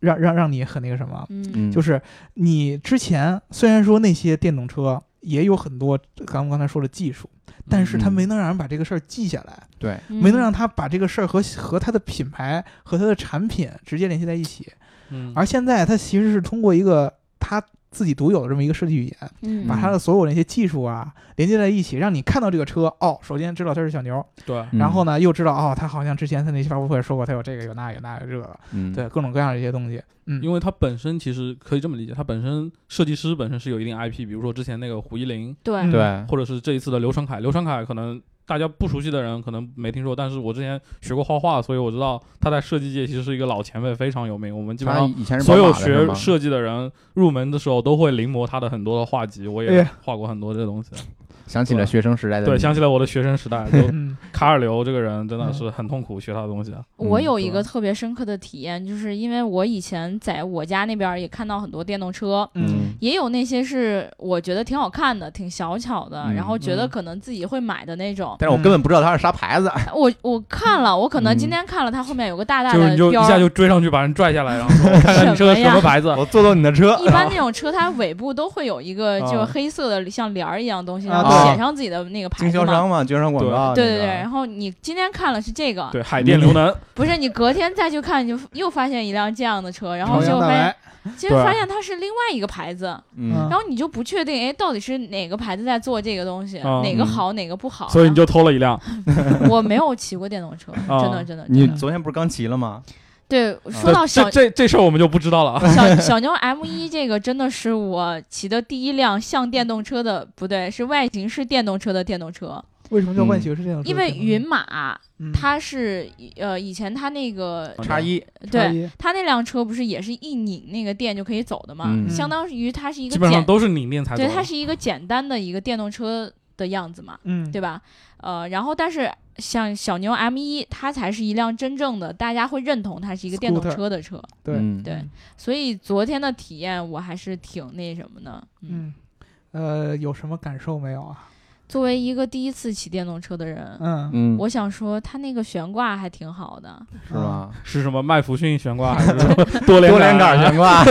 B: 让让让你很那个什么。
A: 嗯
D: 嗯，
B: 就是你之前虽然说那些电动车也有很多咱们刚才说的技术，但是它
D: 嗯
B: 没能让人把这个事儿记下来，
D: 对，
A: 嗯
B: 没能让他把这个事儿和和他的品牌和他的产品直接联系在一起。
C: 嗯，
B: 而现在它其实是通过一个他自己独有的这么一个设计语言，
A: 嗯
B: 把它的所有那些技术啊连接在一起，让你看到这个车哦，首先知道它是小牛，
C: 对，
D: 嗯
B: 然后呢又知道哦，它好像之前它那些发布会说过它有这个有那有那有这个，
D: 嗯，
B: 对各种各样的一些东西，嗯，
C: 因为它本身其实可以这么理解，它本身设计师本身是有一定 IP，比如说之前那个胡一林，
A: 对
B: 嗯
D: 对，
C: 或者是这一次的刘成凯，刘成凯可能。大家不熟悉的人可能没听说，但是我之前学过画画，所以我知道他在设计界其实是一个老前辈，非常有名。我们基本
D: 他
C: 上
D: 以前是
C: 所
D: 宝
C: 有
D: 马的是
C: 学
D: 吗
C: 设计的人入门的时候都会临摹他的很多的画集，我也
B: 哎
C: 画过很多这东西。
D: 想起了学生时代的
C: 对，
D: 你
C: 想起了我的学生时代，就
B: 嗯
C: 卡尔刘这个人真的是很痛苦，学他的东西啊。
A: 我
D: 嗯
A: 有一
C: 对
A: 个特别深刻的体验，就是因为我以前在我家那边儿也看到很多电动车，
D: 嗯
A: 也有那些是我觉得挺好看的、挺小巧的，
D: 嗯
A: 然后觉得
C: 嗯
A: 可能自己会买的那种。
D: 但是我根本不知道它是啥牌子，
A: 我我看了，我可能今
D: 嗯
A: 天看了它后面有个大大
C: 就是你
A: 的
C: 就一
A: 标
C: 下
A: 儿。
C: 就追上去把人拽下来，然后说看看你车什么牌子。
D: 我坐到你的车，
A: 一般那种车，它尾部都会有一个
D: 啊
A: 就是黑色的像帘儿一样东西，
B: 啊
A: 然后
D: 对
A: 写上自己的那个牌
D: 经
A: 子
D: 销
A: 嘛。
D: 商嘛，经销商广告，啊
A: 对对对，
D: 那
A: 然后你今天看了是这个，
C: 对，海淀刘能，
A: 不是你隔天再去看，你就又发现一辆这样的车，然后
B: 朝
A: 就
B: 阳大
A: 发现
B: 白，
A: 其实
C: 对
A: 发现它是另外一个牌子，
D: 个，
B: 嗯
A: 然后你就不确定，哎，到底是哪个牌子在做这个东西，
C: 啊
A: 哪个
D: 嗯
A: 好，哪个不好。
C: 所以你就偷了一辆。
A: 然后我没有骑过电动车，
C: 啊
A: 真的真的。
D: 你
A: 真的
D: 昨天不是刚骑了吗？
A: 对，说
C: 对
A: 到小
C: 这这这事儿我们就不知道了啊。
A: 小小牛 M 一这个，真的是我骑的第一辆像电动车的，不对，是外形是电动车的电动车，
B: 为什么叫万形式电动车？
A: 因为云马
B: 嗯哦
A: 它是呃以前它那个
D: 叉一，
B: 叉
A: 对
B: 一
A: 它那辆车不是也是一拧那个电就可以走的嘛，
D: 嗯
A: 相当于它是一
C: 基
A: 个
C: 本上
A: 简
C: 都是拧电才走
A: 对
C: 的。
A: 它是一个简单的一个电动车的样子嘛。
B: 嗯
A: 对吧？呃，然后但是像小牛 M 一，它才是一辆真正的大家会认同它是一个电动
B: Scooter
A: 车的车，
B: 对
D: 嗯
A: 对所以昨天的体验我还是挺那什么的。嗯，
B: 嗯呃有什么感受没有啊？
A: 作为一个第一次骑电动车的人，
B: 嗯
D: 嗯，
A: 我想说它那个悬挂还挺好 的，
D: 是吗？
C: 是什么麦弗逊 悬挂还是嗯 多连
D: 多连杆
C: 啊
D: 悬挂，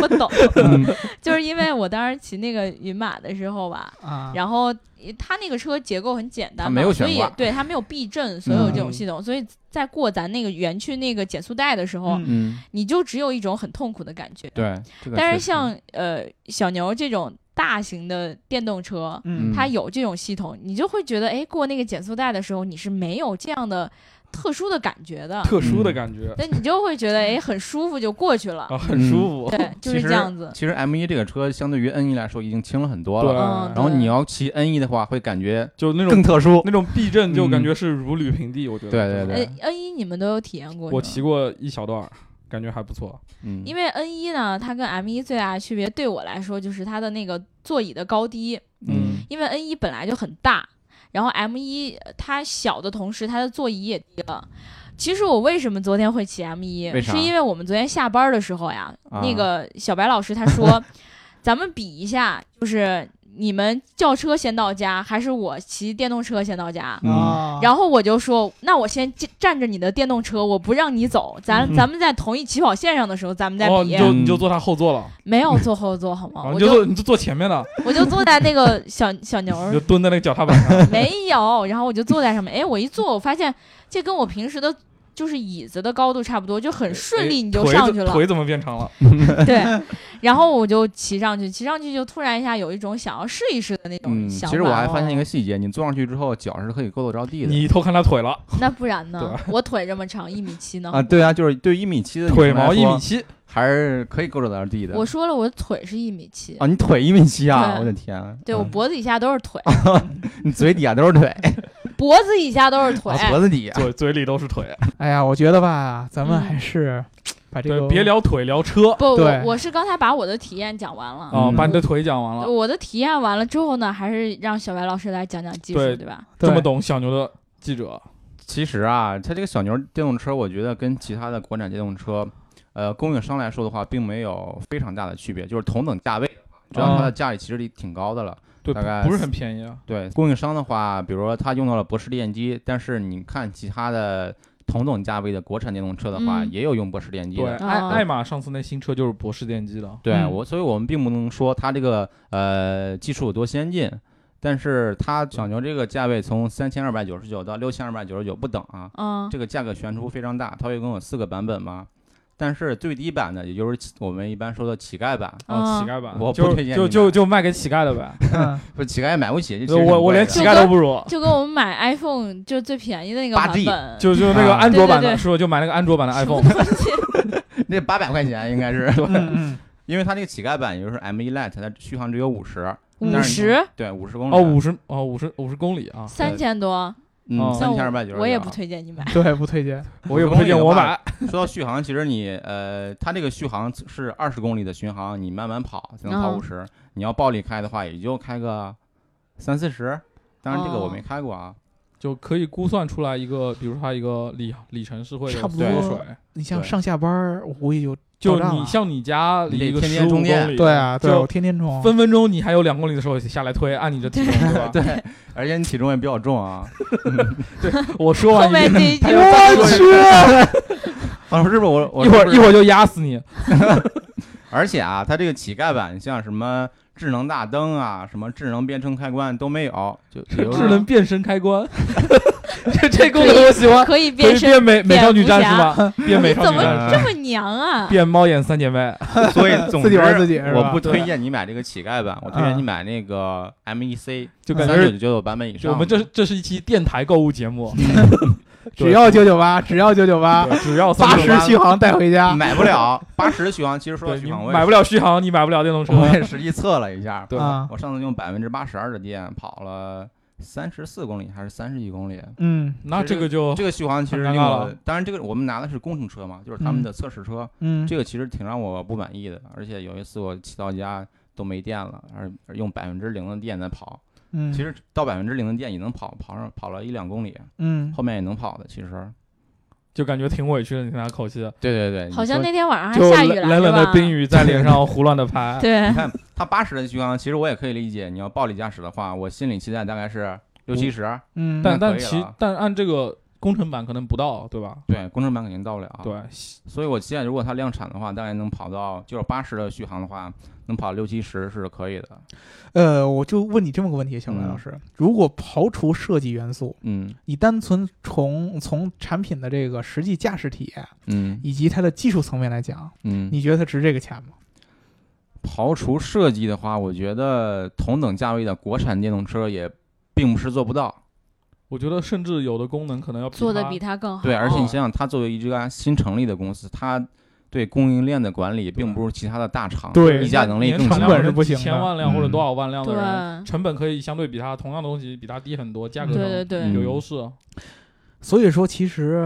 A: 我懂，
D: 嗯
A: 就是因为我当时骑那个云马的时候吧。
B: 啊，
A: 然后它那个车结构很简单
D: 它
A: 嘛，
D: 没有
A: 所
D: 悬
A: 以
D: 挂嗯
A: 对它没有避震，所有这种系统，所以在过咱那个园区那个减速带的时候，
B: 嗯
D: 嗯，
A: 你就只有一种很痛苦的感觉。
D: 对，这个
A: 但
D: 确
A: 是
D: 实
A: 像呃小牛这种大型的电动车，
B: 嗯
A: 它有这种系统，你就会觉得，哎，过那个减速带的时候，你是没有这样的特殊的感觉的，
C: 特殊
D: 嗯
C: 的感觉
A: 那你就会觉得，哎，很舒服就过去了。
C: 啊，很舒
D: 嗯
C: 服。
A: 对，就
D: 哦其
A: 是
D: 实
A: 这样子。
D: 其实 M 一这个车相对于 N 一来说已经轻了很多
C: 对，
D: 了，
A: 嗯
D: 呃然后
A: 对
D: 你要骑 N 一的话，会感觉
C: 就那种
D: 更特殊。
C: 那种避震，就感觉是如履平地。我觉得。
D: 对对对
A: 呃，N 一你们都有体验过，
C: 我
A: 是吗
C: 骑过一小段儿，感觉还不错。
D: 嗯，
A: 因
D: 为
A: 为 N 一呢，它跟 M 一最大的区别，对我来说就是它的那个座椅的高低，
D: 嗯
A: 因为 N 一本来就很大，然后 M 一呃它小的同时，它的座椅也低了。其实我为什么昨天会骑 M 一
D: 为，啥
A: 是因为我们昨天下班的时候呀，
D: 啊
A: 那个小白老师他 说，咱们比一下，就是你们叫车先到家，还是我骑电动车先到家？
D: 嗯
B: 啊，
A: 然后我就说，那我先站站着你的电动车，我不让你走，咱、
D: 嗯
A: 咱们在同一起跑线上的时候，咱们再
C: 哦，
A: 比，
C: 你就
D: 嗯
C: 你就坐他后座了，
A: 没有坐后座好吗？
C: 啊，
A: 我哦
C: 你就坐你就坐前面的，
A: 我就坐在那个小小 牛
C: 你就蹲在那个脚踏板上。
A: 没有，然后我就坐在上面。哎，我一坐，我发现这跟我平时的，就是椅子的高度差不多，就
D: 哎
A: 很顺利你就
C: 哎腿
A: 上
C: 怎
A: 去了。
C: 腿怎么变长了？
A: 对， 然后我就骑上去，骑上去就突然一下有一种想要试一试的那种
D: 嗯，
A: 想法。
D: 其实我还发现一个细节，你坐上去之后脚是可以够得着地的
C: 你偷看他腿了，
A: 哦那不然呢？我腿这么长，一米七呢。
D: 啊，对啊，就是对一米七的女
C: 腿
D: 生来
C: 毛一
D: 说
C: 米七，
D: 还是可以够得着地的。
A: 我说了，我的腿是一米七。
D: 啊啊，你嗯腿一米七啊！
A: 对
D: 我的天，
A: 对我脖子以下都是腿，
D: 啊你嘴底下都是腿，
A: 脖子以下都是腿。
D: 啊脖子底下。
C: 嘴嘴里都是腿。
B: 哎呀，我觉得吧，咱们
A: 嗯
B: 还是把这
C: 对
B: 个，
C: 别聊腿，聊车
A: 不，我
B: 对
A: 我是刚才把我的体验讲完了。
C: 啊，
D: 嗯
C: 把你的腿讲完了。
A: 我的体验完了之后呢，还是让小白老师来讲讲技术，
C: 对
A: 对吧？
B: 对
C: 这么懂小牛的记者，
D: 其实啊，它这个小牛电动车，我觉得跟其他的国产电动车，呃，供应商来说的话，并没有非常大的区别，就是同等价位的话，只要它
C: 哦
D: 的价里其实也挺高的了。
C: 对，
D: 大概
C: 不不是很便宜啊。
D: 对，供应商的话，比如说它用到了博士电机，但是你看其他的同等价位的国产电动车的话，
A: 嗯
D: 也有用博士电机
C: 对，
D: 的。
C: 爱
A: 啊
C: 爱玛上次那新车就是博士电机
A: 哦
C: 的，
D: 对
B: 嗯
D: 我，所以我们并不能说它这个呃技术有多先进，但是它小牛这个价位从三千二百九十九到六千二百九十九不等啊，
A: 嗯
D: 这个价格悬殊非常大，它一共有四个版本嘛。但是最低版的，也就是我们一般说的乞丐版，
A: 嗯
C: 哦，乞丐版，
D: 我不
E: 就
D: 推荐
E: 就
D: 你
E: 就
D: 买
E: 就卖给乞丐的呗，
B: 嗯
D: 不乞丐也买不起，这其实挺
E: 我我
D: 贵
E: 连
D: 的
E: 乞丐都不如，
A: 就跟我们买 iPhone 就最便宜的那个版
D: 8G
A: 本，
E: 就就那个
D: 啊
E: 安卓版
A: 对对
E: 的，
A: 对
E: 是就买那个安卓版的
A: 什
E: iPhone
A: 么。东西？
D: 那八百块钱应该是，
B: 嗯
D: 因为它那个乞丐版也就是 M1 Lite，它续航只有五十，
A: 五十
C: 啊
D: 对，五十公里，啊
E: 哦，五十哦，五十五十公里啊！
A: 三千多，
D: 嗯，
E: 哦
D: 三
A: 像
D: 千二百九十啊
A: 我也不推荐你买。
B: 嗯，对，不推荐。
E: 我也不推荐我买，
D: 说到续航，其实你呃，它这个续航是二十公里的巡航，你慢慢跑才能跑
A: 嗯
D: 五十、你要暴力开的话，也就开个三四十。当然这个我没开过啊，
C: 就可以估算出来一个，比如说它一个里里程是会有
B: 差不
D: 多
C: 缩水，
B: 你像
D: 对
B: 上下班儿，我估计就
C: 就
B: 到账
C: 你
B: 了
C: 像你家离一个
D: 你得天
C: 十
D: 天
C: 五公
D: 充电
C: 里，
B: 对啊，对
C: 就
B: 我天天充，
C: 分分钟你还有两公里的时候下来推， 按你这体
A: 啊
C: 重对吧？
D: 对， 而且你体重也比较重啊。
C: 我 说
A: 后
C: 完
A: 面这一
C: 一
A: 句，
B: 我去，
D: 啊，是不是我我
C: 一会
D: 是
C: 儿
D: 不
C: 一
D: 是
C: 会儿就压死你，
D: 而且啊，它这个乞丐版像什么智能大灯啊，什么智能变声开关都没有，就也就是
C: 智能变身开关，这这功能我喜欢，
A: 可以
C: 可
A: 变
C: 以
A: 身，
C: 变美美
A: 蝙
C: 少女
A: 蝠
C: 战士
A: 侠
C: 吧，变美少
A: 怎
C: 女
A: 么
C: 战士，
A: 这么娘啊？
C: 变猫眼三姐妹，
D: 所以总之
B: 自己玩自己是吧
D: 我不推荐你买这个乞丐版，我推荐
B: 嗯
D: 你买那个 MEC，
C: 就感觉
D: 三嗯九
C: 是
D: 九九版本以上
C: 我
D: 的。
C: 们这这是一期电台购物节目，
B: 只要九九八，只要九九八，
C: 对只要
B: 八
C: 三
B: 十续航带回家。
D: 买不了八十的续航，其实说到
C: 啊对
D: 续
C: 你
D: 航，
C: 买不
D: 了。
C: 了续航，你买不了电动车，
D: 我也实际测了一下，
C: 对
B: 啊，
D: 我上次用百分之八十二的电跑了三十四公里还是三十一公里，
B: 嗯
C: 那这个就
D: 这个续航其实
C: 哦很尴
D: 令
C: 尬
D: 我
C: 了，
D: 当然这个我们拿的是工程车嘛，就是他们的测试车，
B: 嗯，
D: 这个其实挺让我不满意的。而且有一次我骑到家都没电了，而而用百分之零的电在跑，
B: 嗯
D: 其实到百分之零的电也能跑，跑上跑了一两公里，
B: 嗯
D: 后面也能跑的。其实，
C: 就感觉挺委屈的，你那口气，
D: 对对对，
A: 好
D: 你
A: 像
D: 说
A: 那天晚上还
C: 就
A: 哎下雨
C: 冷
A: 来
C: 冷
A: 着
C: 冷的
A: 吧？
C: 冰雨在脸 上胡乱的拍，
A: 对
D: 你，看它八十的续航，其实我也可以理解。你要暴力驾驶的话，我心里期待大概是六七十，
B: 嗯，
C: 但
D: 那可
C: 但
D: 以
C: 其
D: 了
C: 但按这个工程版可能不到，对吧？
D: 对，工程版肯定到不了。，啊
C: 对，
D: 所以我期待如果它量产的话，大概能跑到就是八十的续航的话，能跑六七十是可以的。
B: 呃，我就问你这么个问题，小白老师，如果刨除设计元素，
D: 嗯
B: 你单纯从从产品的这个实际驾驶体验
D: 嗯
B: 以及它的技术层面来讲，
D: 嗯。
B: 你觉得它值这个钱吗？
D: 刨除设计的话，我觉得同等价位的国产电动车也并不是做不到。
A: 哦
C: 我觉得甚至有的功能可能要
A: 做的
C: 它
A: 比它更好。
D: 对，而且你想想，它作为一家新成立的公司，它对供应链的管理并不如其他的大厂
B: 对
D: 议价能力
C: 年
D: 更
C: 产
B: 成
D: 强。
B: 本是不行
C: 几
B: 的
C: 千万辆或者
D: 嗯
C: 多少万辆的人，
A: 对
C: 成本可以相对比它同样的东西比它低很多，价格
A: 对对
C: 上
A: 对，
D: 嗯
C: 有优势。
B: 所以说，其实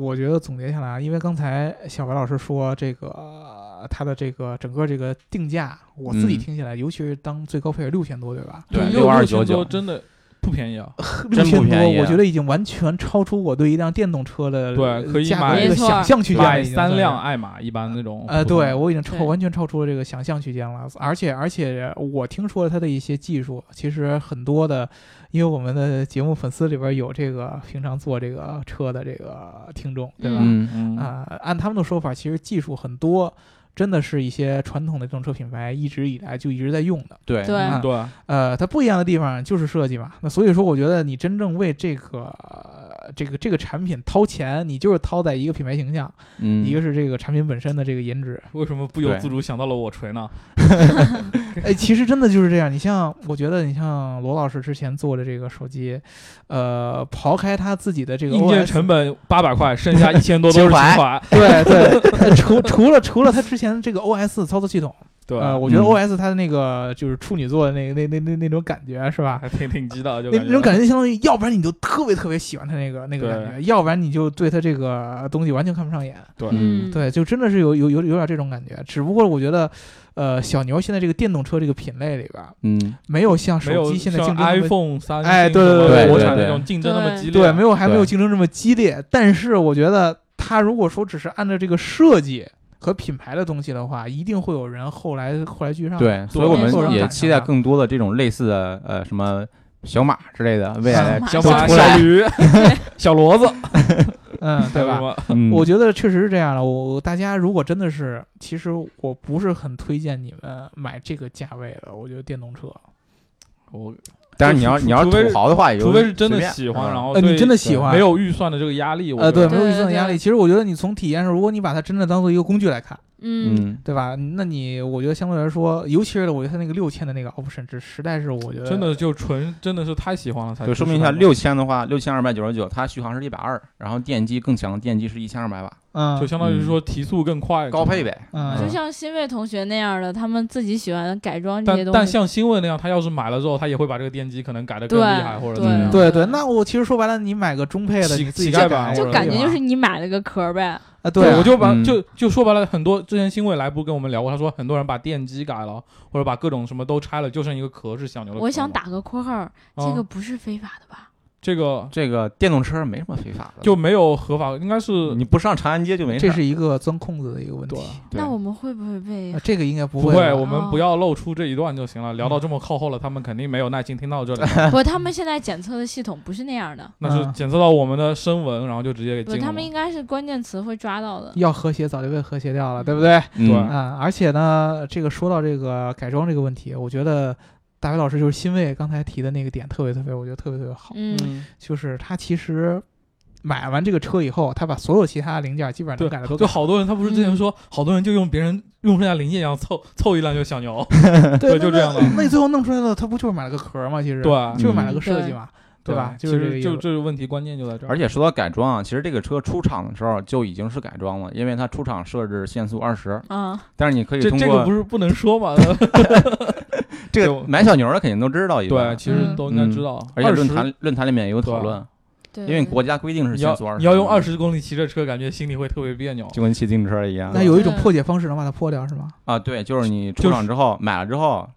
B: 我觉得总结下来，因为刚才小白老师说这个呃它的这个整个这个定价，我自己
D: 嗯
B: 听起来，尤其是当最高配六千多，对吧？
D: 对
C: 六
D: 6299
C: 千多真的不便宜啊！
B: 六
D: 真
B: 千
D: 不便宜
B: 多，我觉得已经完全超出我对一辆电动车的
C: 对可以
B: 价格
C: 买
B: 的一个
A: 没错
B: 想象区间了
C: 买
B: 已经
C: 三
B: 算
C: 辆
B: 是。
C: 爱玛一般那种，
B: 呃，对，我已经超
A: 对
B: 完全超出了这个想象区间了，而且而且我听说了它的一些技术，其实很多的，因为我们的节目粉丝里边有这个平常坐这个车的这个听众，对吧？
D: 嗯
C: 嗯，
B: 啊、按他们的说法，其实技术很多，真的是一些传统的电动车品牌一直以来就一直在用的。
D: 对
A: 对
B: 啊
C: 对，
B: 呃，它不一样的地方就是设计嘛。那所以说，我觉得你真正为这个、呃这个这个产品掏钱，你就是掏在一个品牌形象，
D: 嗯，
B: 一个是这个产品本身的这个颜 值。
C: 为什么不由
D: 对
C: 自主想到了我锤呢？
B: 哎，其实真的就是这样。你像，我觉得你像罗老师之前做的这个手机，呃，刨开他自己的这个
C: 硬件
B: OS
C: 成本八百块，剩 下一千多都是情
D: 情怀
C: 怀。
B: 对对， 呃除除了除了他之前这个 OS 操作系统，
C: 对，
B: 呃，我觉得
D: 嗯
B: OS 它的那个就是处女座的那那那那那种感觉是吧？
C: 还挺挺激的，就
B: 那那种
C: 觉
B: 感觉相当于，要不然你就特别特别喜欢它那个那个感觉，要不然你就对它这个东西完全看不上眼。
C: 对，
A: 嗯，
B: 对，就真的是有有有有点这种感觉。只不过我觉得，呃，小牛现在这个电动车这个品类里边，
D: 嗯，
B: 没有像
C: 没
B: 手
C: 有
B: 机现在竞
C: 像
B: 争那么
C: iPhone 三、
B: 哎对对
C: 什么
D: 对对
C: 国
D: 对
C: 产
D: 对
C: 那种竞争那么激烈，
B: 对，没有还没有
D: 对
B: 竞争这么激烈。但是我觉得，它如果说只是按照这个设计和品牌的东西的话，一定会有人后来后来居上。，
D: 对，所以我
A: 没错
D: 们也期待更多的这种类似的呃什么小马之类的未来
A: 马
C: 小
A: 上
C: 马、
D: 出
C: 小
D: 来
C: 驴、小骡子，
B: 嗯，对吧？
C: 吧？
D: 嗯
B: 我觉得确实是这样的。我大家如果真的是，其实我
C: 哦
B: 不是很推荐你们买这个价位的，我觉得电动车。
C: 我
D: 但是你要
C: 除
D: 你要是
C: 除非
D: 土豪的话，也就
C: 除非是真
D: 随
C: 的
D: 便
C: 喜欢，
D: 嗯
C: 然后
B: 呃你
C: 对
B: 真的喜欢
C: 没有预算的这个压力，我
B: 呃，对，
C: 觉得
B: 没有预算的
A: 对
B: 压
A: 对
B: 力。其实我觉得你从体验上，如果你把它真的当做一个工具来看，
A: 嗯，
D: 嗯，
B: 对吧？那你我觉得相对来说，尤其是我觉得它那个六千的那个 option 值，实在是我觉得
C: 真的就纯真的是太喜欢了才。
D: 就说明一下，，六千的话，六千二百九十九，它续航是一百二，然后电机更强，电机是一千二百瓦，
B: 嗯
C: 就相当于是说提速更快，
D: 高配。呗。
A: 就
B: 嗯
A: 像新卫同学那样的，他们自己喜欢改装这些
C: 但
A: 东
C: 但
A: 西。
C: 像新问那样，他要是买了之后，他也会把这个电机可能改得更
A: 对
C: 厉害，或者怎么样。
B: 对对，那我其实说白了，你买个中配的，
C: 乞
B: 你自己
C: 乞丐
B: 改
C: 版
A: 就
C: 或者
A: 感觉
C: 对
A: 就是你买了个壳儿呗，
B: 啊，对啊，
C: 我就把
D: 嗯
C: 就就说白了，很多之前新未来不是跟我们聊过，他说很多人把电机改了，或者把各种什么都拆了，就剩一个壳是小牛的壳嘛。
A: 我想打个括号，
C: 嗯
A: 这个不是非法的吧？
C: 这个
D: 这个电动车没什么非法的，
C: 就没有合法，应该是
D: 你不上长安街就没事
B: 这
D: 儿。
B: 是一个钻空子的一个问题
C: 对。
D: 对
A: 那我们会不会被
B: 啊？这个应该不
C: 不
B: 会
C: 会，
B: 吧，
C: 我
A: 哦
C: 们不要露出这一段就行了。聊到这么靠后了，他们肯定没有耐心听到这里，
A: 不，他们现在检测的系统不是那样的，
C: 那
D: 嗯
C: 是检测到我们的声纹，然后就直接给
A: 不，
C: 禁了嘛。
A: 他们应该是关键词会抓到的。
B: 要和谐早就被和谐掉了，对不对？
D: 嗯
C: 对
B: 啊，而且呢，这个说到这个改装这个问题，我觉得大伟老师就是欣慰刚才提的那个点特别特别，我觉得特别特别好，
A: 嗯，
B: 就是他其实买完这个车以后，他把所有其他的零件基本上
C: 对
B: 能改的都
C: 就
B: 改
C: 好多人，他不是
A: 嗯
C: 之前说，好多人就用别人用剩下零件一样凑凑一辆就小 牛，
B: 了，对，
C: 对就
B: 那
C: 这样的
B: 那那最后弄出来的，他不就是买了个壳吗？其实
C: 对
B: 就是买了
A: 嗯
B: 个设计
A: 对
B: 嘛，对吧？
C: 其
B: 就是这个
C: 实
B: 意
C: 就
B: 思
C: 这个问题关键就在这儿。
D: 而且说到改装啊，其实这个车出厂的时候就已经是改装了，因为它出厂设置限速二十，
A: 啊，
D: 但是你可以
C: 这
D: 通
C: 这个不
D: 过
C: 是不能说嘛？
D: 这
C: 就
D: 个买小牛的肯定都知道一般
C: 对，，其
A: 嗯
C: 实都应该知道。
D: 嗯而且
C: 20
D: 论坛论坛里面也有讨论，
A: 对，
D: 因为国家规定是
C: 你
D: 限速
C: 嗯
D: 二
C: 要
D: 十，
C: 你要用二，十公里骑着车，感觉心里会特别别扭。
D: 就跟骑自行车一样
B: 那有一种
A: 对
B: 破解方式能把它破掉是吗？
D: 啊。对，就是你
C: 就
D: 出
C: 是
D: 厂之后买了之后，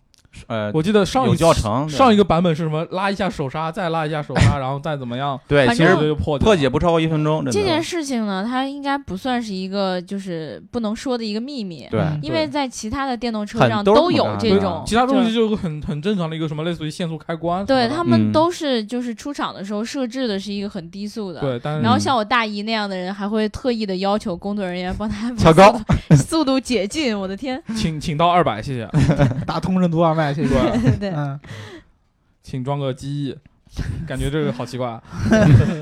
D: 呃，
C: 我记得上
D: 有
C: 一
D: 教程，对
C: 上一个版本是什么？拉一下手刹，再拉一下手 刹，然后再怎么样，
D: 对，
A: 反
D: 其
A: 正
D: 实
C: 就就破
D: 破
C: 解
D: 解
C: 了。
D: 不超过一分钟，真的
A: 这件事情呢，它应该不算是一个就是不能说的一个秘密，
D: 对
B: 嗯
A: 因为在其他的电动车
D: 很
A: 上
D: 都是
A: 都
D: 这么
A: 有
D: 干
A: 这
D: 的
A: 种，
C: 其他东西
A: 就。
C: 就很很正常的一个什么类似于限速开关什么
A: 对
C: 的，
A: 他们
D: 嗯
A: 都是就是出厂的时候设置的是一个很低速的，
C: 对，但是
A: 然后
D: 嗯
A: 像我大姨那样的人，还会特意的要求工作人员帮他 把
D: 调高
A: 速度 速度解禁。我的天，
C: 请请到二百，谢 谢。
B: 打通任督二脉，谢谢。
C: 对，
A: 对，
B: 嗯，
C: 请装个机翼，感觉这个好奇怪啊。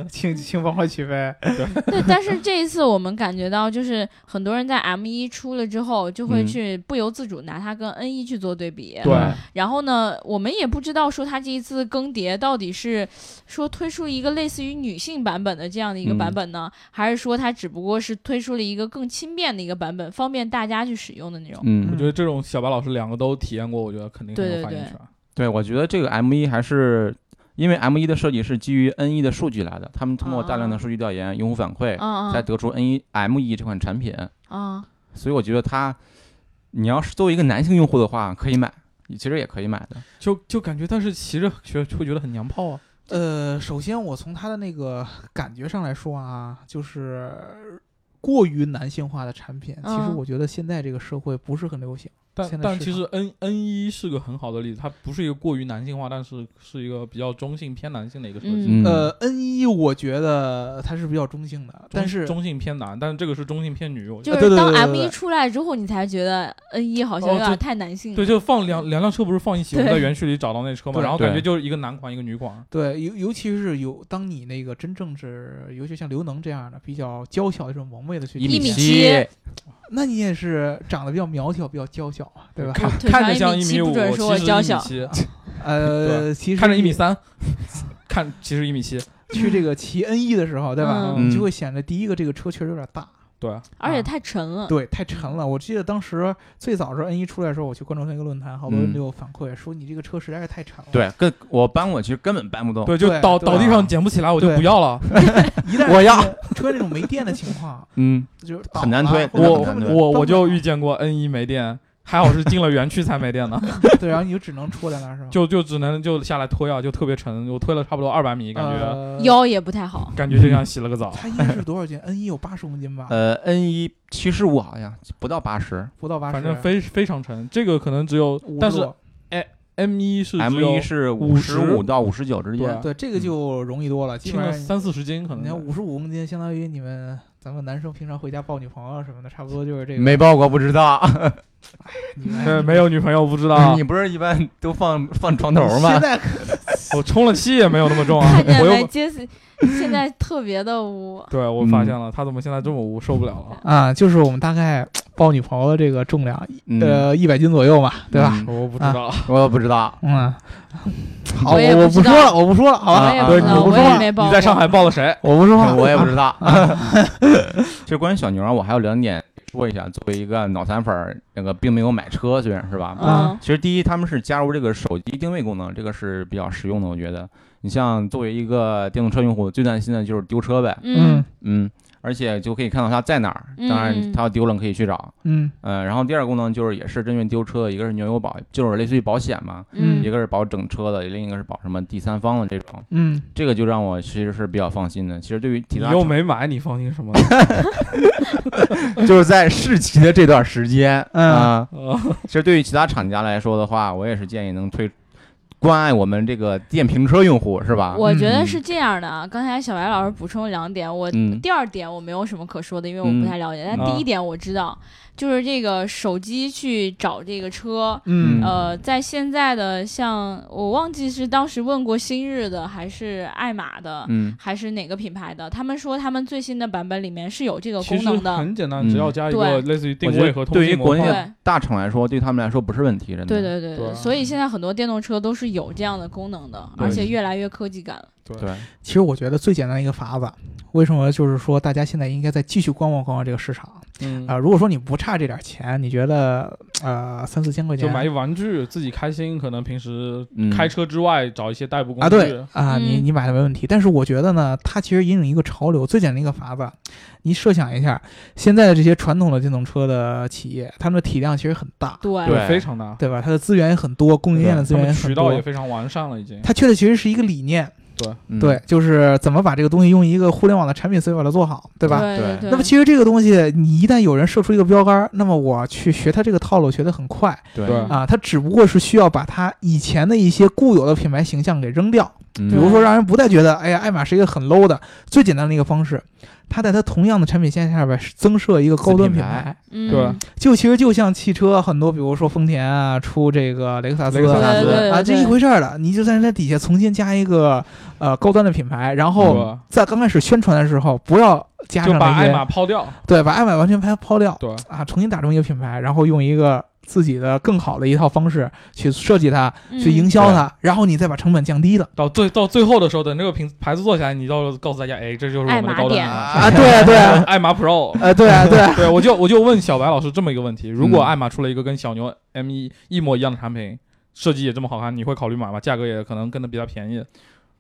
B: 请请帮我取呗。
A: 对，但是这一次我们感觉到，就是很多人在 M 一出了之后，就会
D: 嗯
A: 去不由自主拿它跟 N 一去做对比。
C: 对
A: 然后呢，我们也不知道说它这一次更迭到底是说推出一个类似于女性版本的这样的一个
D: 嗯
A: 版本呢，还是说它只不过是推出了一个更轻便的一个版本，方便大家去使用的那种。
D: 嗯
C: 我觉得这种小白老师两个都体验过，我觉得肯定很
A: 对
C: 有
A: 对
C: 反应
A: 对
C: 出来。
D: 对，我觉得这个 M 一还是因为 M 一的设计是基于 N 一的数据来的，他们通过大量的数据调研、用户反馈，
A: 嗯
D: 才
A: 嗯
D: 得出 N 一 M 一这款产品。
A: 嗯，
D: 所以我觉得它，你要是作为一个男性用户的话，可以买，其实也可以买的。
C: 就就感觉，但是骑着学会觉得很娘炮啊。
B: 呃，首先我从它的那个感觉上来说啊，就是过于男性化的产品，其实
A: 嗯
B: 我觉得现在这个社会不是很流行。
C: 但
B: 现在
C: 但
B: 市
C: 其实 N N 一是个很好的例子，它不是一个过于男性化，但是是一个比较中性偏男性的一个设计。
A: 嗯
B: 呃，N 一我觉得它是比较中性的，
C: 中
B: 但是
C: 中性偏男，但是这个是中性偏女，我觉
A: 就是
B: 对
C: 得。
B: 对
A: 当
B: 对对
A: M
B: 对
A: 一出来之后，你才觉得 N 一好像
C: 哦
A: 有点
C: 对
A: 太男性了。
C: 对，就放两两辆车不是放一起，我们
A: 对
C: 在园区里找到那车嘛，
B: 对
C: 然后感觉
D: 对
C: 就是一个男款一个女款，
B: 对，尤尤其是有当你那个真正是，尤其像刘能这样的比较娇小的这种萌妹的去，
A: 一米
D: 米
A: 七
B: 那你也是长得比较苗条，比较娇小嘛，对吧？
C: 看
A: 腿
C: 看着
A: 长
C: 像
A: 一米七
C: 米
A: 不
C: 五，
A: 准
C: 其
A: 说我
C: 实
A: 娇
C: 一
A: 小
C: 米七，
B: 呃，其实
C: 看着一米
B: 你
C: 三，看其实一米七，
B: 去这个骑 N 一的时候，对吧？
A: 嗯
B: 你就会显得第一个这个车确实有点大，
C: 对，
A: 而且
B: 啊
A: 太沉了。
B: 对，太沉了。我记得当时最早的时候 N 一出来的时候，我去关注那个论坛，好多人
D: 嗯
B: 都有反馈、说你这个车实在是太沉了。，
D: 对，跟我搬过去根本搬不动。
C: 对，就
B: 对
C: 倒
B: 对啊
C: 倒地上捡不起来，我就
B: 对
C: 不要了。
B: 一旦
D: 我要
B: 出现这种没电的情况，
D: 嗯，
B: 就是
D: 很难推
B: 倒了
C: 我
B: 或者根本搬
C: 我我
B: 不
C: 就
B: 了
C: 遇见过 N 一没电，还好是进了园区才没电的，
B: 对，然后你就只能戳在那儿是吧？
C: 就就只能就下来推啊，就特别沉，我推了差不多二百米，感觉、
B: 呃
A: 腰也不太好，
C: 感觉就像洗了个澡。
B: 它应该是多少斤？N 一有八十公斤吧，
D: 呃，N 一七十五好像不到八十
B: 不到八十，
C: 反正非非常沉，这个可能只有，但是 M 一是
D: ，M
C: 只有
D: 一是五十啊
C: 50
D: 哦五到五十九之间。
B: 对这个就容易多了，基
C: 轻
B: 本
C: 嗯了
B: 上
C: 三四十斤可
B: 你看
C: 能。
B: 五十五公斤，相当于你们咱们男生平常回家抱女朋友什么的，差不多就是这个。
D: 没抱过不知道，
B: 你
C: 对，
B: 们
C: 没有女朋友不知道
D: 啊
C: 啊
D: 你，不是一般都放放床头
B: 现
D: 吗？
B: 在
C: 我充了气也没有那么重啊
A: 看，见
C: 我
A: 没
C: 又。
A: ，Jesse 现在特别的污
C: 对我发现了，他怎么现在这么污，受不了了。
B: 啊，就是我们大概抱女朋友的这个重量，
D: 嗯，
B: 呃，一百斤左右嘛，对吧？
D: 嗯？
C: 我不知
A: 啊
C: 道，
D: 我不知道，
B: 嗯，好，
A: 我也
B: 我
A: 不
B: 不
A: 知
B: 说
A: 道
B: 了，我不说了，好吧
A: 我，也
D: 啊
A: 不知
B: 啊
A: 道，
B: 我不
A: 我
B: 说
A: 也
B: 了
A: 没报。
C: 你在上海抱了谁？
B: 我不说话，
D: 我也不 知道。其实关于小牛啊，我还有两点说一下。作为一个脑残粉儿，那个并没有买车，虽然是吧，
A: 嗯，
D: 其实第一，他们是加入这个手机定位功能，这个是比较实用的，我觉得。你像作为一个电动车用户，最担心的就是丢车呗，
B: 嗯
A: 嗯
D: 嗯，而且就可以看到它在哪儿，
A: 嗯
D: 当然它要丢了可以去找，
B: 嗯
D: 嗯。然后第二个功能就是也是针对丢车，一个是原有保，就是类似于保险嘛，
A: 嗯
D: 一个是保整车的，另一个是保什么第三方的这种，
B: 嗯，
D: 这个就让我其实是比较放心的。其实对于
C: 你
D: 其他
C: 又没买，你放心什么呢？
D: 就是在试骑的这段时间，
B: 嗯
D: 啊
C: 呃
D: 其实对于其他厂家来说的话，我也是建议能推关爱我们这个电瓶车用户，是吧？
A: 我觉得
D: 嗯
A: 是这样的啊。刚才小白老师补充了两点，我
D: 嗯
A: 第二点我没有什么可说的，因为我不太了解。但第一点我知道，就是这个手机去找这个车，
B: 嗯
D: 嗯
A: 呃，在现在的像我忘记是当时问过新日的还是爱玛的。
D: 嗯
A: 还是哪个品牌的？他们说他们最新的版本里面是有这个
C: 其
A: 功
C: 实
A: 能的。
C: 很简单，
D: 嗯
C: 只要加一
A: 对
C: 个类似于定
D: 我觉
C: 位
D: 得
C: 和通
D: 对于
C: 信
D: 国
C: 模
D: 内
C: 块。
A: 对
D: 大厂来说，对他们来说不是问题，真的。
A: 对对对
C: 对啊
A: 所以现在很多电动车都是有这样的功能的，
D: 对
A: 而且越来越科技感了。
D: 对，
B: 其实我觉得最简单的一个法子，为什么就是说大家现在应该再继续观望观望这个市场
C: 嗯
B: 啊、如果说你不差这点钱，你觉得呃三四千块钱
C: 就买一玩具，自己开心，可能平时
D: 嗯
C: 开车之外找一些代步工具。
B: 啊对啊、
A: 嗯
B: 你你买了没问题。但是我觉得呢，它其实引领一个潮流，最简单的一个法子，你设想一下，现在的这些传统的电动车的企业，他们的体量其实很大，
A: 对
D: 对
C: 非常大，
B: 对吧？它的资源也很多，供应链的资
C: 他
B: 源也
C: 们
B: 很
C: 渠道也
B: 多。
C: 非常完善了，已经。
B: 它缺的其实是一个理念，
D: 嗯
B: 对，，就是怎么把这个东西用一个互联网的产品思维把它做好，对吧？
A: 对
D: 对
A: 对。
B: 那么其实这个东西，你一旦有人设出一个标杆儿，那么我去学它这个套路学得很快
D: 对
C: 对
B: 啊。它只不过是需要把它以前的一些固有的品牌形象给扔掉，
D: 嗯
B: 比如说让人不再觉得，哎呀，爱玛是一个很 low 的。最简单的一个方式，它在它同样的产品线下边增设一个高端
D: 子品
B: 品
D: 牌
B: 牌，
A: 嗯
C: 对
B: 就其实就像汽车很多，比如说丰田啊，出这个雷克萨斯
C: 雷克
A: 对
C: 萨
B: 啊
C: 斯
A: 对对
B: 啊，这一回事儿了。你就在它底下重新加一个呃高端的品牌，然后
C: 对
B: 在刚开始宣传的时候不要加上
C: 嗯就把
B: 那
C: 爱
B: 些
C: 玛抛掉。
B: 对，把爱买完全抛抛掉，
C: 对
B: 啊，重新打中一个品牌，然后用一个自己的更好的一套方式去设计它，
A: 嗯
B: 去营销它，然后你再把成本降低了。
C: 到最到最后的时候，等这个品牌子做起来，你到时候告诉大家，哎，这就是我们的高端
D: 爱
B: 啊，
C: 了。
D: 玛店
B: 对啊，对啊，
C: 爱玛 Pro。
B: 呃，对啊，对啊，
C: 对，我就我就问小白老师这么一个问题：如果
D: 嗯
C: 爱玛出了一个跟小牛 M 一一模一样的产品，设计也这么好看，你会考虑买吗？价格也可能跟的比它便宜。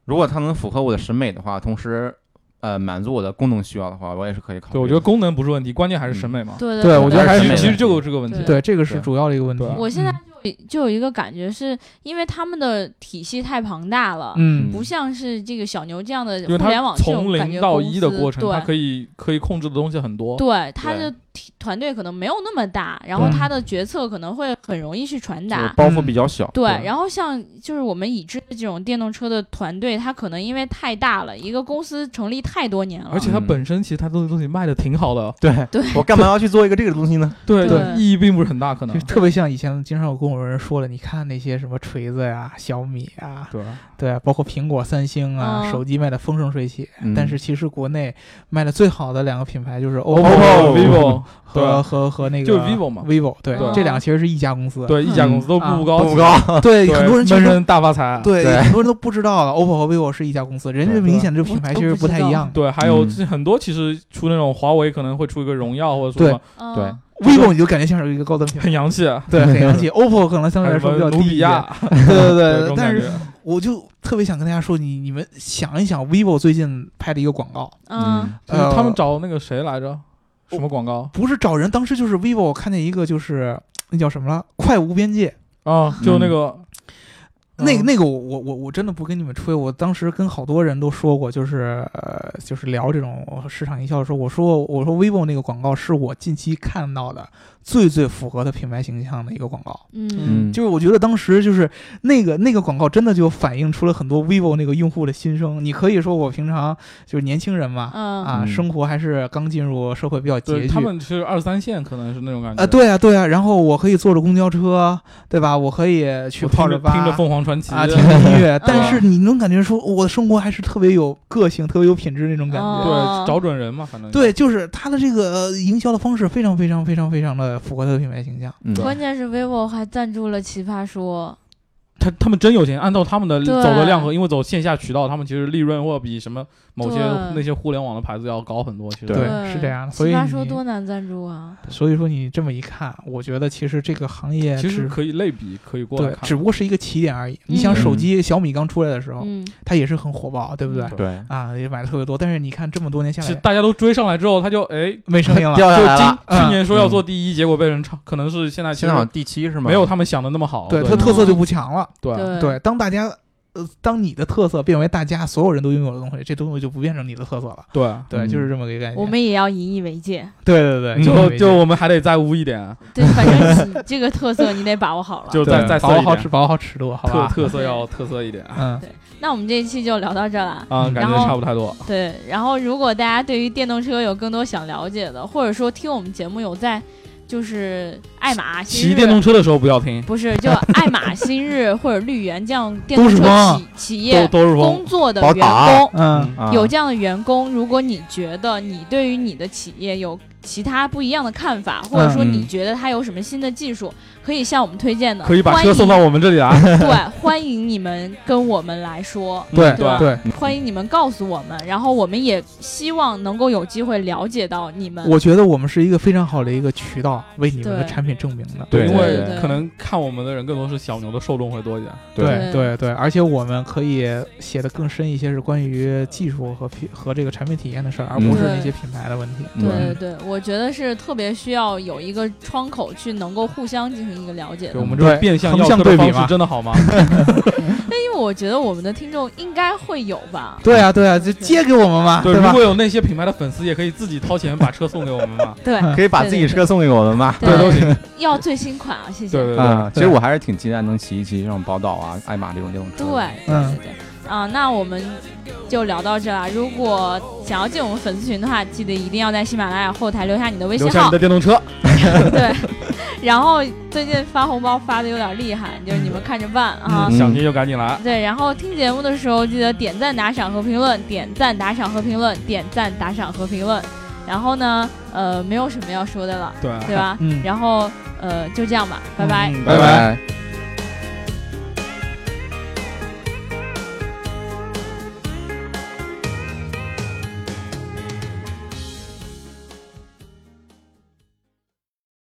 D: 如果它能符合我的审美的话，同时呃满足我的功能需要的话，我也是可以考虑的。
C: 对，我觉得功能不是问题，关键还是审美嘛。
A: 对
B: 对我觉得还是
C: 其
B: 审
C: 实
B: 美
C: 其实就有这个问题。
A: 对
B: 对，这个是
D: 对
B: 主要的一个问题
C: 对啊。
A: 我现在就就有一个感觉，是因为他们的体系太庞大了，
B: 嗯，嗯，
A: 不像是这个小牛这样的
C: 因为
A: 互联
C: 它
A: 网这种
C: 从
A: 感觉
C: 零到
A: 公
C: 一的
A: 司
C: 过程，它
A: 对。
C: 可以可以控制的东西很多。
A: 对，他
D: 对
A: 的体团队可能没有那么大，然后
B: 对
A: 他的决策可能会很容易去传
D: 就是
A: 达。
D: 包袱比较小。
A: 啊对，
C: 对
A: 然后像就是我们已知的这种电动车的团队，它可能因为太大了，一个公司成立太多年了，
C: 而且它
D: 嗯
C: 本身其实它这个东西卖的挺好的，
D: 对
A: 对
D: 我干嘛要去做一个这个东西呢？
C: 对
A: 对
C: 意义并不是很大，可能
B: 就。特别像以前经常有跟我人说的，你看那些什么锤子呀、小米啊，
C: 对，
B: 对，包括苹果、三星啊，
A: 嗯
B: 手机卖的风生水起，
D: 嗯
B: 但是其实国内卖的最好的两个品牌就是
D: OPPO
C: 哦 vivo 啊
B: 和和和那个
C: 就是 vivo 嘛
B: vivo 对
C: 对，
B: 这两个其实是一家公司，
C: 对一家公司都
B: 啊
C: 步步高，
D: 不高，
B: 对，
C: 对，
B: 很多人其
C: 闷
B: 实都
C: 声大发财。
B: 对，
D: 对
B: 很多人都不知道了，OPPO 和 vivo 是一家公司，人家
D: 对
B: 明显这品牌其实不太一样。
C: 对，还有
D: 嗯
C: 这很多其实出那种华为可能会出一个荣耀或者
B: 对
C: 说什么
A: 嗯、
D: 对
B: vivo 你就感觉像是一个高端品牌，
C: 很洋气，啊
B: 对， 很洋气。OPPO 可能相
C: 还
B: 对来
C: 有什
B: 说比
C: 么
B: 较
C: 努
B: 低一
C: 比
B: 点，
C: 亚，
B: 对对
C: 这
B: 对。
C: 种
B: 但
C: 感
B: 是
C: 觉
B: 我就特别想跟大家说，你你们想一想，vivo 最近拍的一个广告，
A: 嗯，
C: 就是
B: 呃
C: 他们找那个谁来着？什么广告
B: 不是找人，当时就是 vivo，我看见一个就是那叫什么了，快无边界。
C: 啊？就那
B: 嗯
C: 个
B: 那个
C: 嗯
B: 那个我我我我真的不跟你们吹，我当时跟好多人都说过，就是呃就是聊这种市场营销的时候，我说我说 vivo 那个广告是我近期看到的最最符合它品牌形象的一个广告，
A: 嗯
D: 嗯，
B: 就是我觉得当时就是那个那个广告真的就反映出了很多 vivo 那个用户的心声。你可以说我平常就是年轻人嘛，
A: 嗯
B: 啊
D: 嗯
B: 生活还是刚进入社会比较拮
C: 对
B: 据，
C: 他们是二三线，可能是那种感觉
B: 啊啊，对啊，对啊，然后我可以坐着公交车，对吧？我可以去
C: 我
B: 泡
C: 听
B: 着
C: 着
B: 吧，
C: 听着凤凰传
F: 传奇
B: 啊，挺音
A: 嗯
B: 乐，但是你能感觉出我的生活还是特别有个性、特别有品质那种感觉。
A: 哦
C: 对，找准人嘛，反正
B: 对，就是他的这个呃营销的方式非常非常非常非常的符合他的品牌形象。
D: 嗯，
A: 关键是 vivo 还赞助了奇葩说，
C: 他他们真有钱，按照他们的
A: 对
C: 走的量和因为走线下渠道，他们其实利润或比什么某些
A: 对
C: 那些互联网的牌子要高很多。其实
D: 对
B: 是这样的
A: 奇
B: 所以
A: 葩说
B: 你
A: 多难赞助啊！
B: 所以说你这么一看，我觉得其实这个行业
C: 其实
B: 只
C: 可以类比，可以过来
B: 对，
C: 看
B: 只。不过是一个起点而已。你想
A: 嗯
B: 手机小米刚出来的时候，
A: 嗯，
B: 它也是很火爆，对不对？
A: 嗯
D: 对，
B: 啊，也买的特别多，但是你看这么多年下
C: 其实
B: 来
C: 大家都追上来之后，他就哎，
B: 没声音了，
D: 掉下来
B: 就
D: 了
B: 今
C: 去
B: 嗯
C: 年说要做第一，结果被人唱，可能是现在其
D: 现在好
C: 实
D: 像第七是吗？
C: 没有他们想的那么好。
B: 对
C: 对
B: 它的特色就不强了。
A: 嗯
C: 对
B: 对，当大家呃，当你的特色变为大家所有人都拥有的东西，这东西就不变成你的特色了。
C: 对，
B: 对，
D: 嗯
B: 就是这么个概念。
A: 我们也要引以为 戒。
B: 对对对，引
C: 嗯
B: 以
C: 就
B: 为
C: 就
B: 戒
C: 我们还得再污一点，
A: 对，反正你这个特色你得把握好了。
C: 就
B: 对
C: 再再
B: 把
C: 色
B: 握
C: 一
B: 好
C: 点
B: 尺，把握好尺度，好
C: 特
B: 吧？
C: 特色要特色一点
B: 嗯，
A: 那我们这一期就聊到这儿 了。
C: 啊，
A: 嗯
C: 感
A: 然
C: 觉
A: 后
C: 差不太多。
A: 对，然后如果大家对于电动车有更多想了解的，或者说听我们节目有在就是爱玛新
C: 骑
A: 日
C: 电动车的时候不要听，
A: 不是就爱玛新日或者绿源这样电动
B: 都是
A: 车
B: 风
A: 企企
C: 都
A: 业
C: 都是风
A: 工。作的
D: 宝
A: 员
D: 塔
A: 工，
B: 嗯，
D: 啊
A: 有这样的员工，如果你觉得你对于你的企业有其他不一样的看法，或
C: 嗯
A: 者说你觉得它有什么新的技术，可以向我们推荐的，
C: 可以把
A: 欢
C: 车
A: 迎
C: 送到我们这 里来。
A: 对，欢迎你们跟我们来说，
B: 对
C: 嗯
A: 对
B: 对，
A: 欢迎你们告诉我们，然后我们也希望能够有机会了解到你们。
B: 我觉得我们是一个非常好的一个渠道，为你们的
A: 对
B: 产品证明的。
D: 对
C: 因
D: 对
C: 为
A: 对
C: 可能看我们的人更多是小牛的受众会多一点。
B: 对
A: 对
B: 对对，而且我们可以写的更深一些，是关于技术和品和这个产品体验的事儿，而不是
A: 对
B: 那些品牌的问题。
A: 嗯对
D: 嗯
A: 对对，我觉得是特别需要有一个窗口去能够互相进行一个了解的
C: 对，我们这种
B: 对
C: 变相
B: 横
C: 要
B: 向
C: 车
B: 对
C: 的
B: 比
C: 方
B: 嘛
C: 式真的好吗？
A: 因为我觉得我们的听众应该会有吧。
B: 对啊对啊，就借给我们嘛，
C: 对，
B: 吧
C: 如？果有那些品牌的粉丝，也可以自己掏钱把车送给我们 嘛。
A: 对
D: 可以把自己车送给我们吗？
C: 对，都行。
A: 要最新款啊，谢谢。
C: 对对对，
D: 啊，其实我还是挺期待能骑一骑这种宝岛啊、爱玛这种电动车
A: 对
D: 的。
A: 对对，啊、那我们就聊到这儿啊。如果想要进我们粉丝群的话，记得一定要在喜马拉雅后台留下你的微信
C: 留下
A: 号
C: 你的。电动车，
A: 对，然后最近发红包发的有点厉害，就是你们看着办啊。
D: 嗯
C: 想听就赶紧来。
A: 对，然后听节目的时候记得点赞、打赏和评论，点赞、打赏和评论，点赞、打赏和评论。然后呢，呃，没有什么要说的了，
C: 对，
A: 对吧？
B: 嗯
A: 然后呃，就这样吧，拜拜。
B: 嗯
D: 拜
B: 拜。
D: 拜。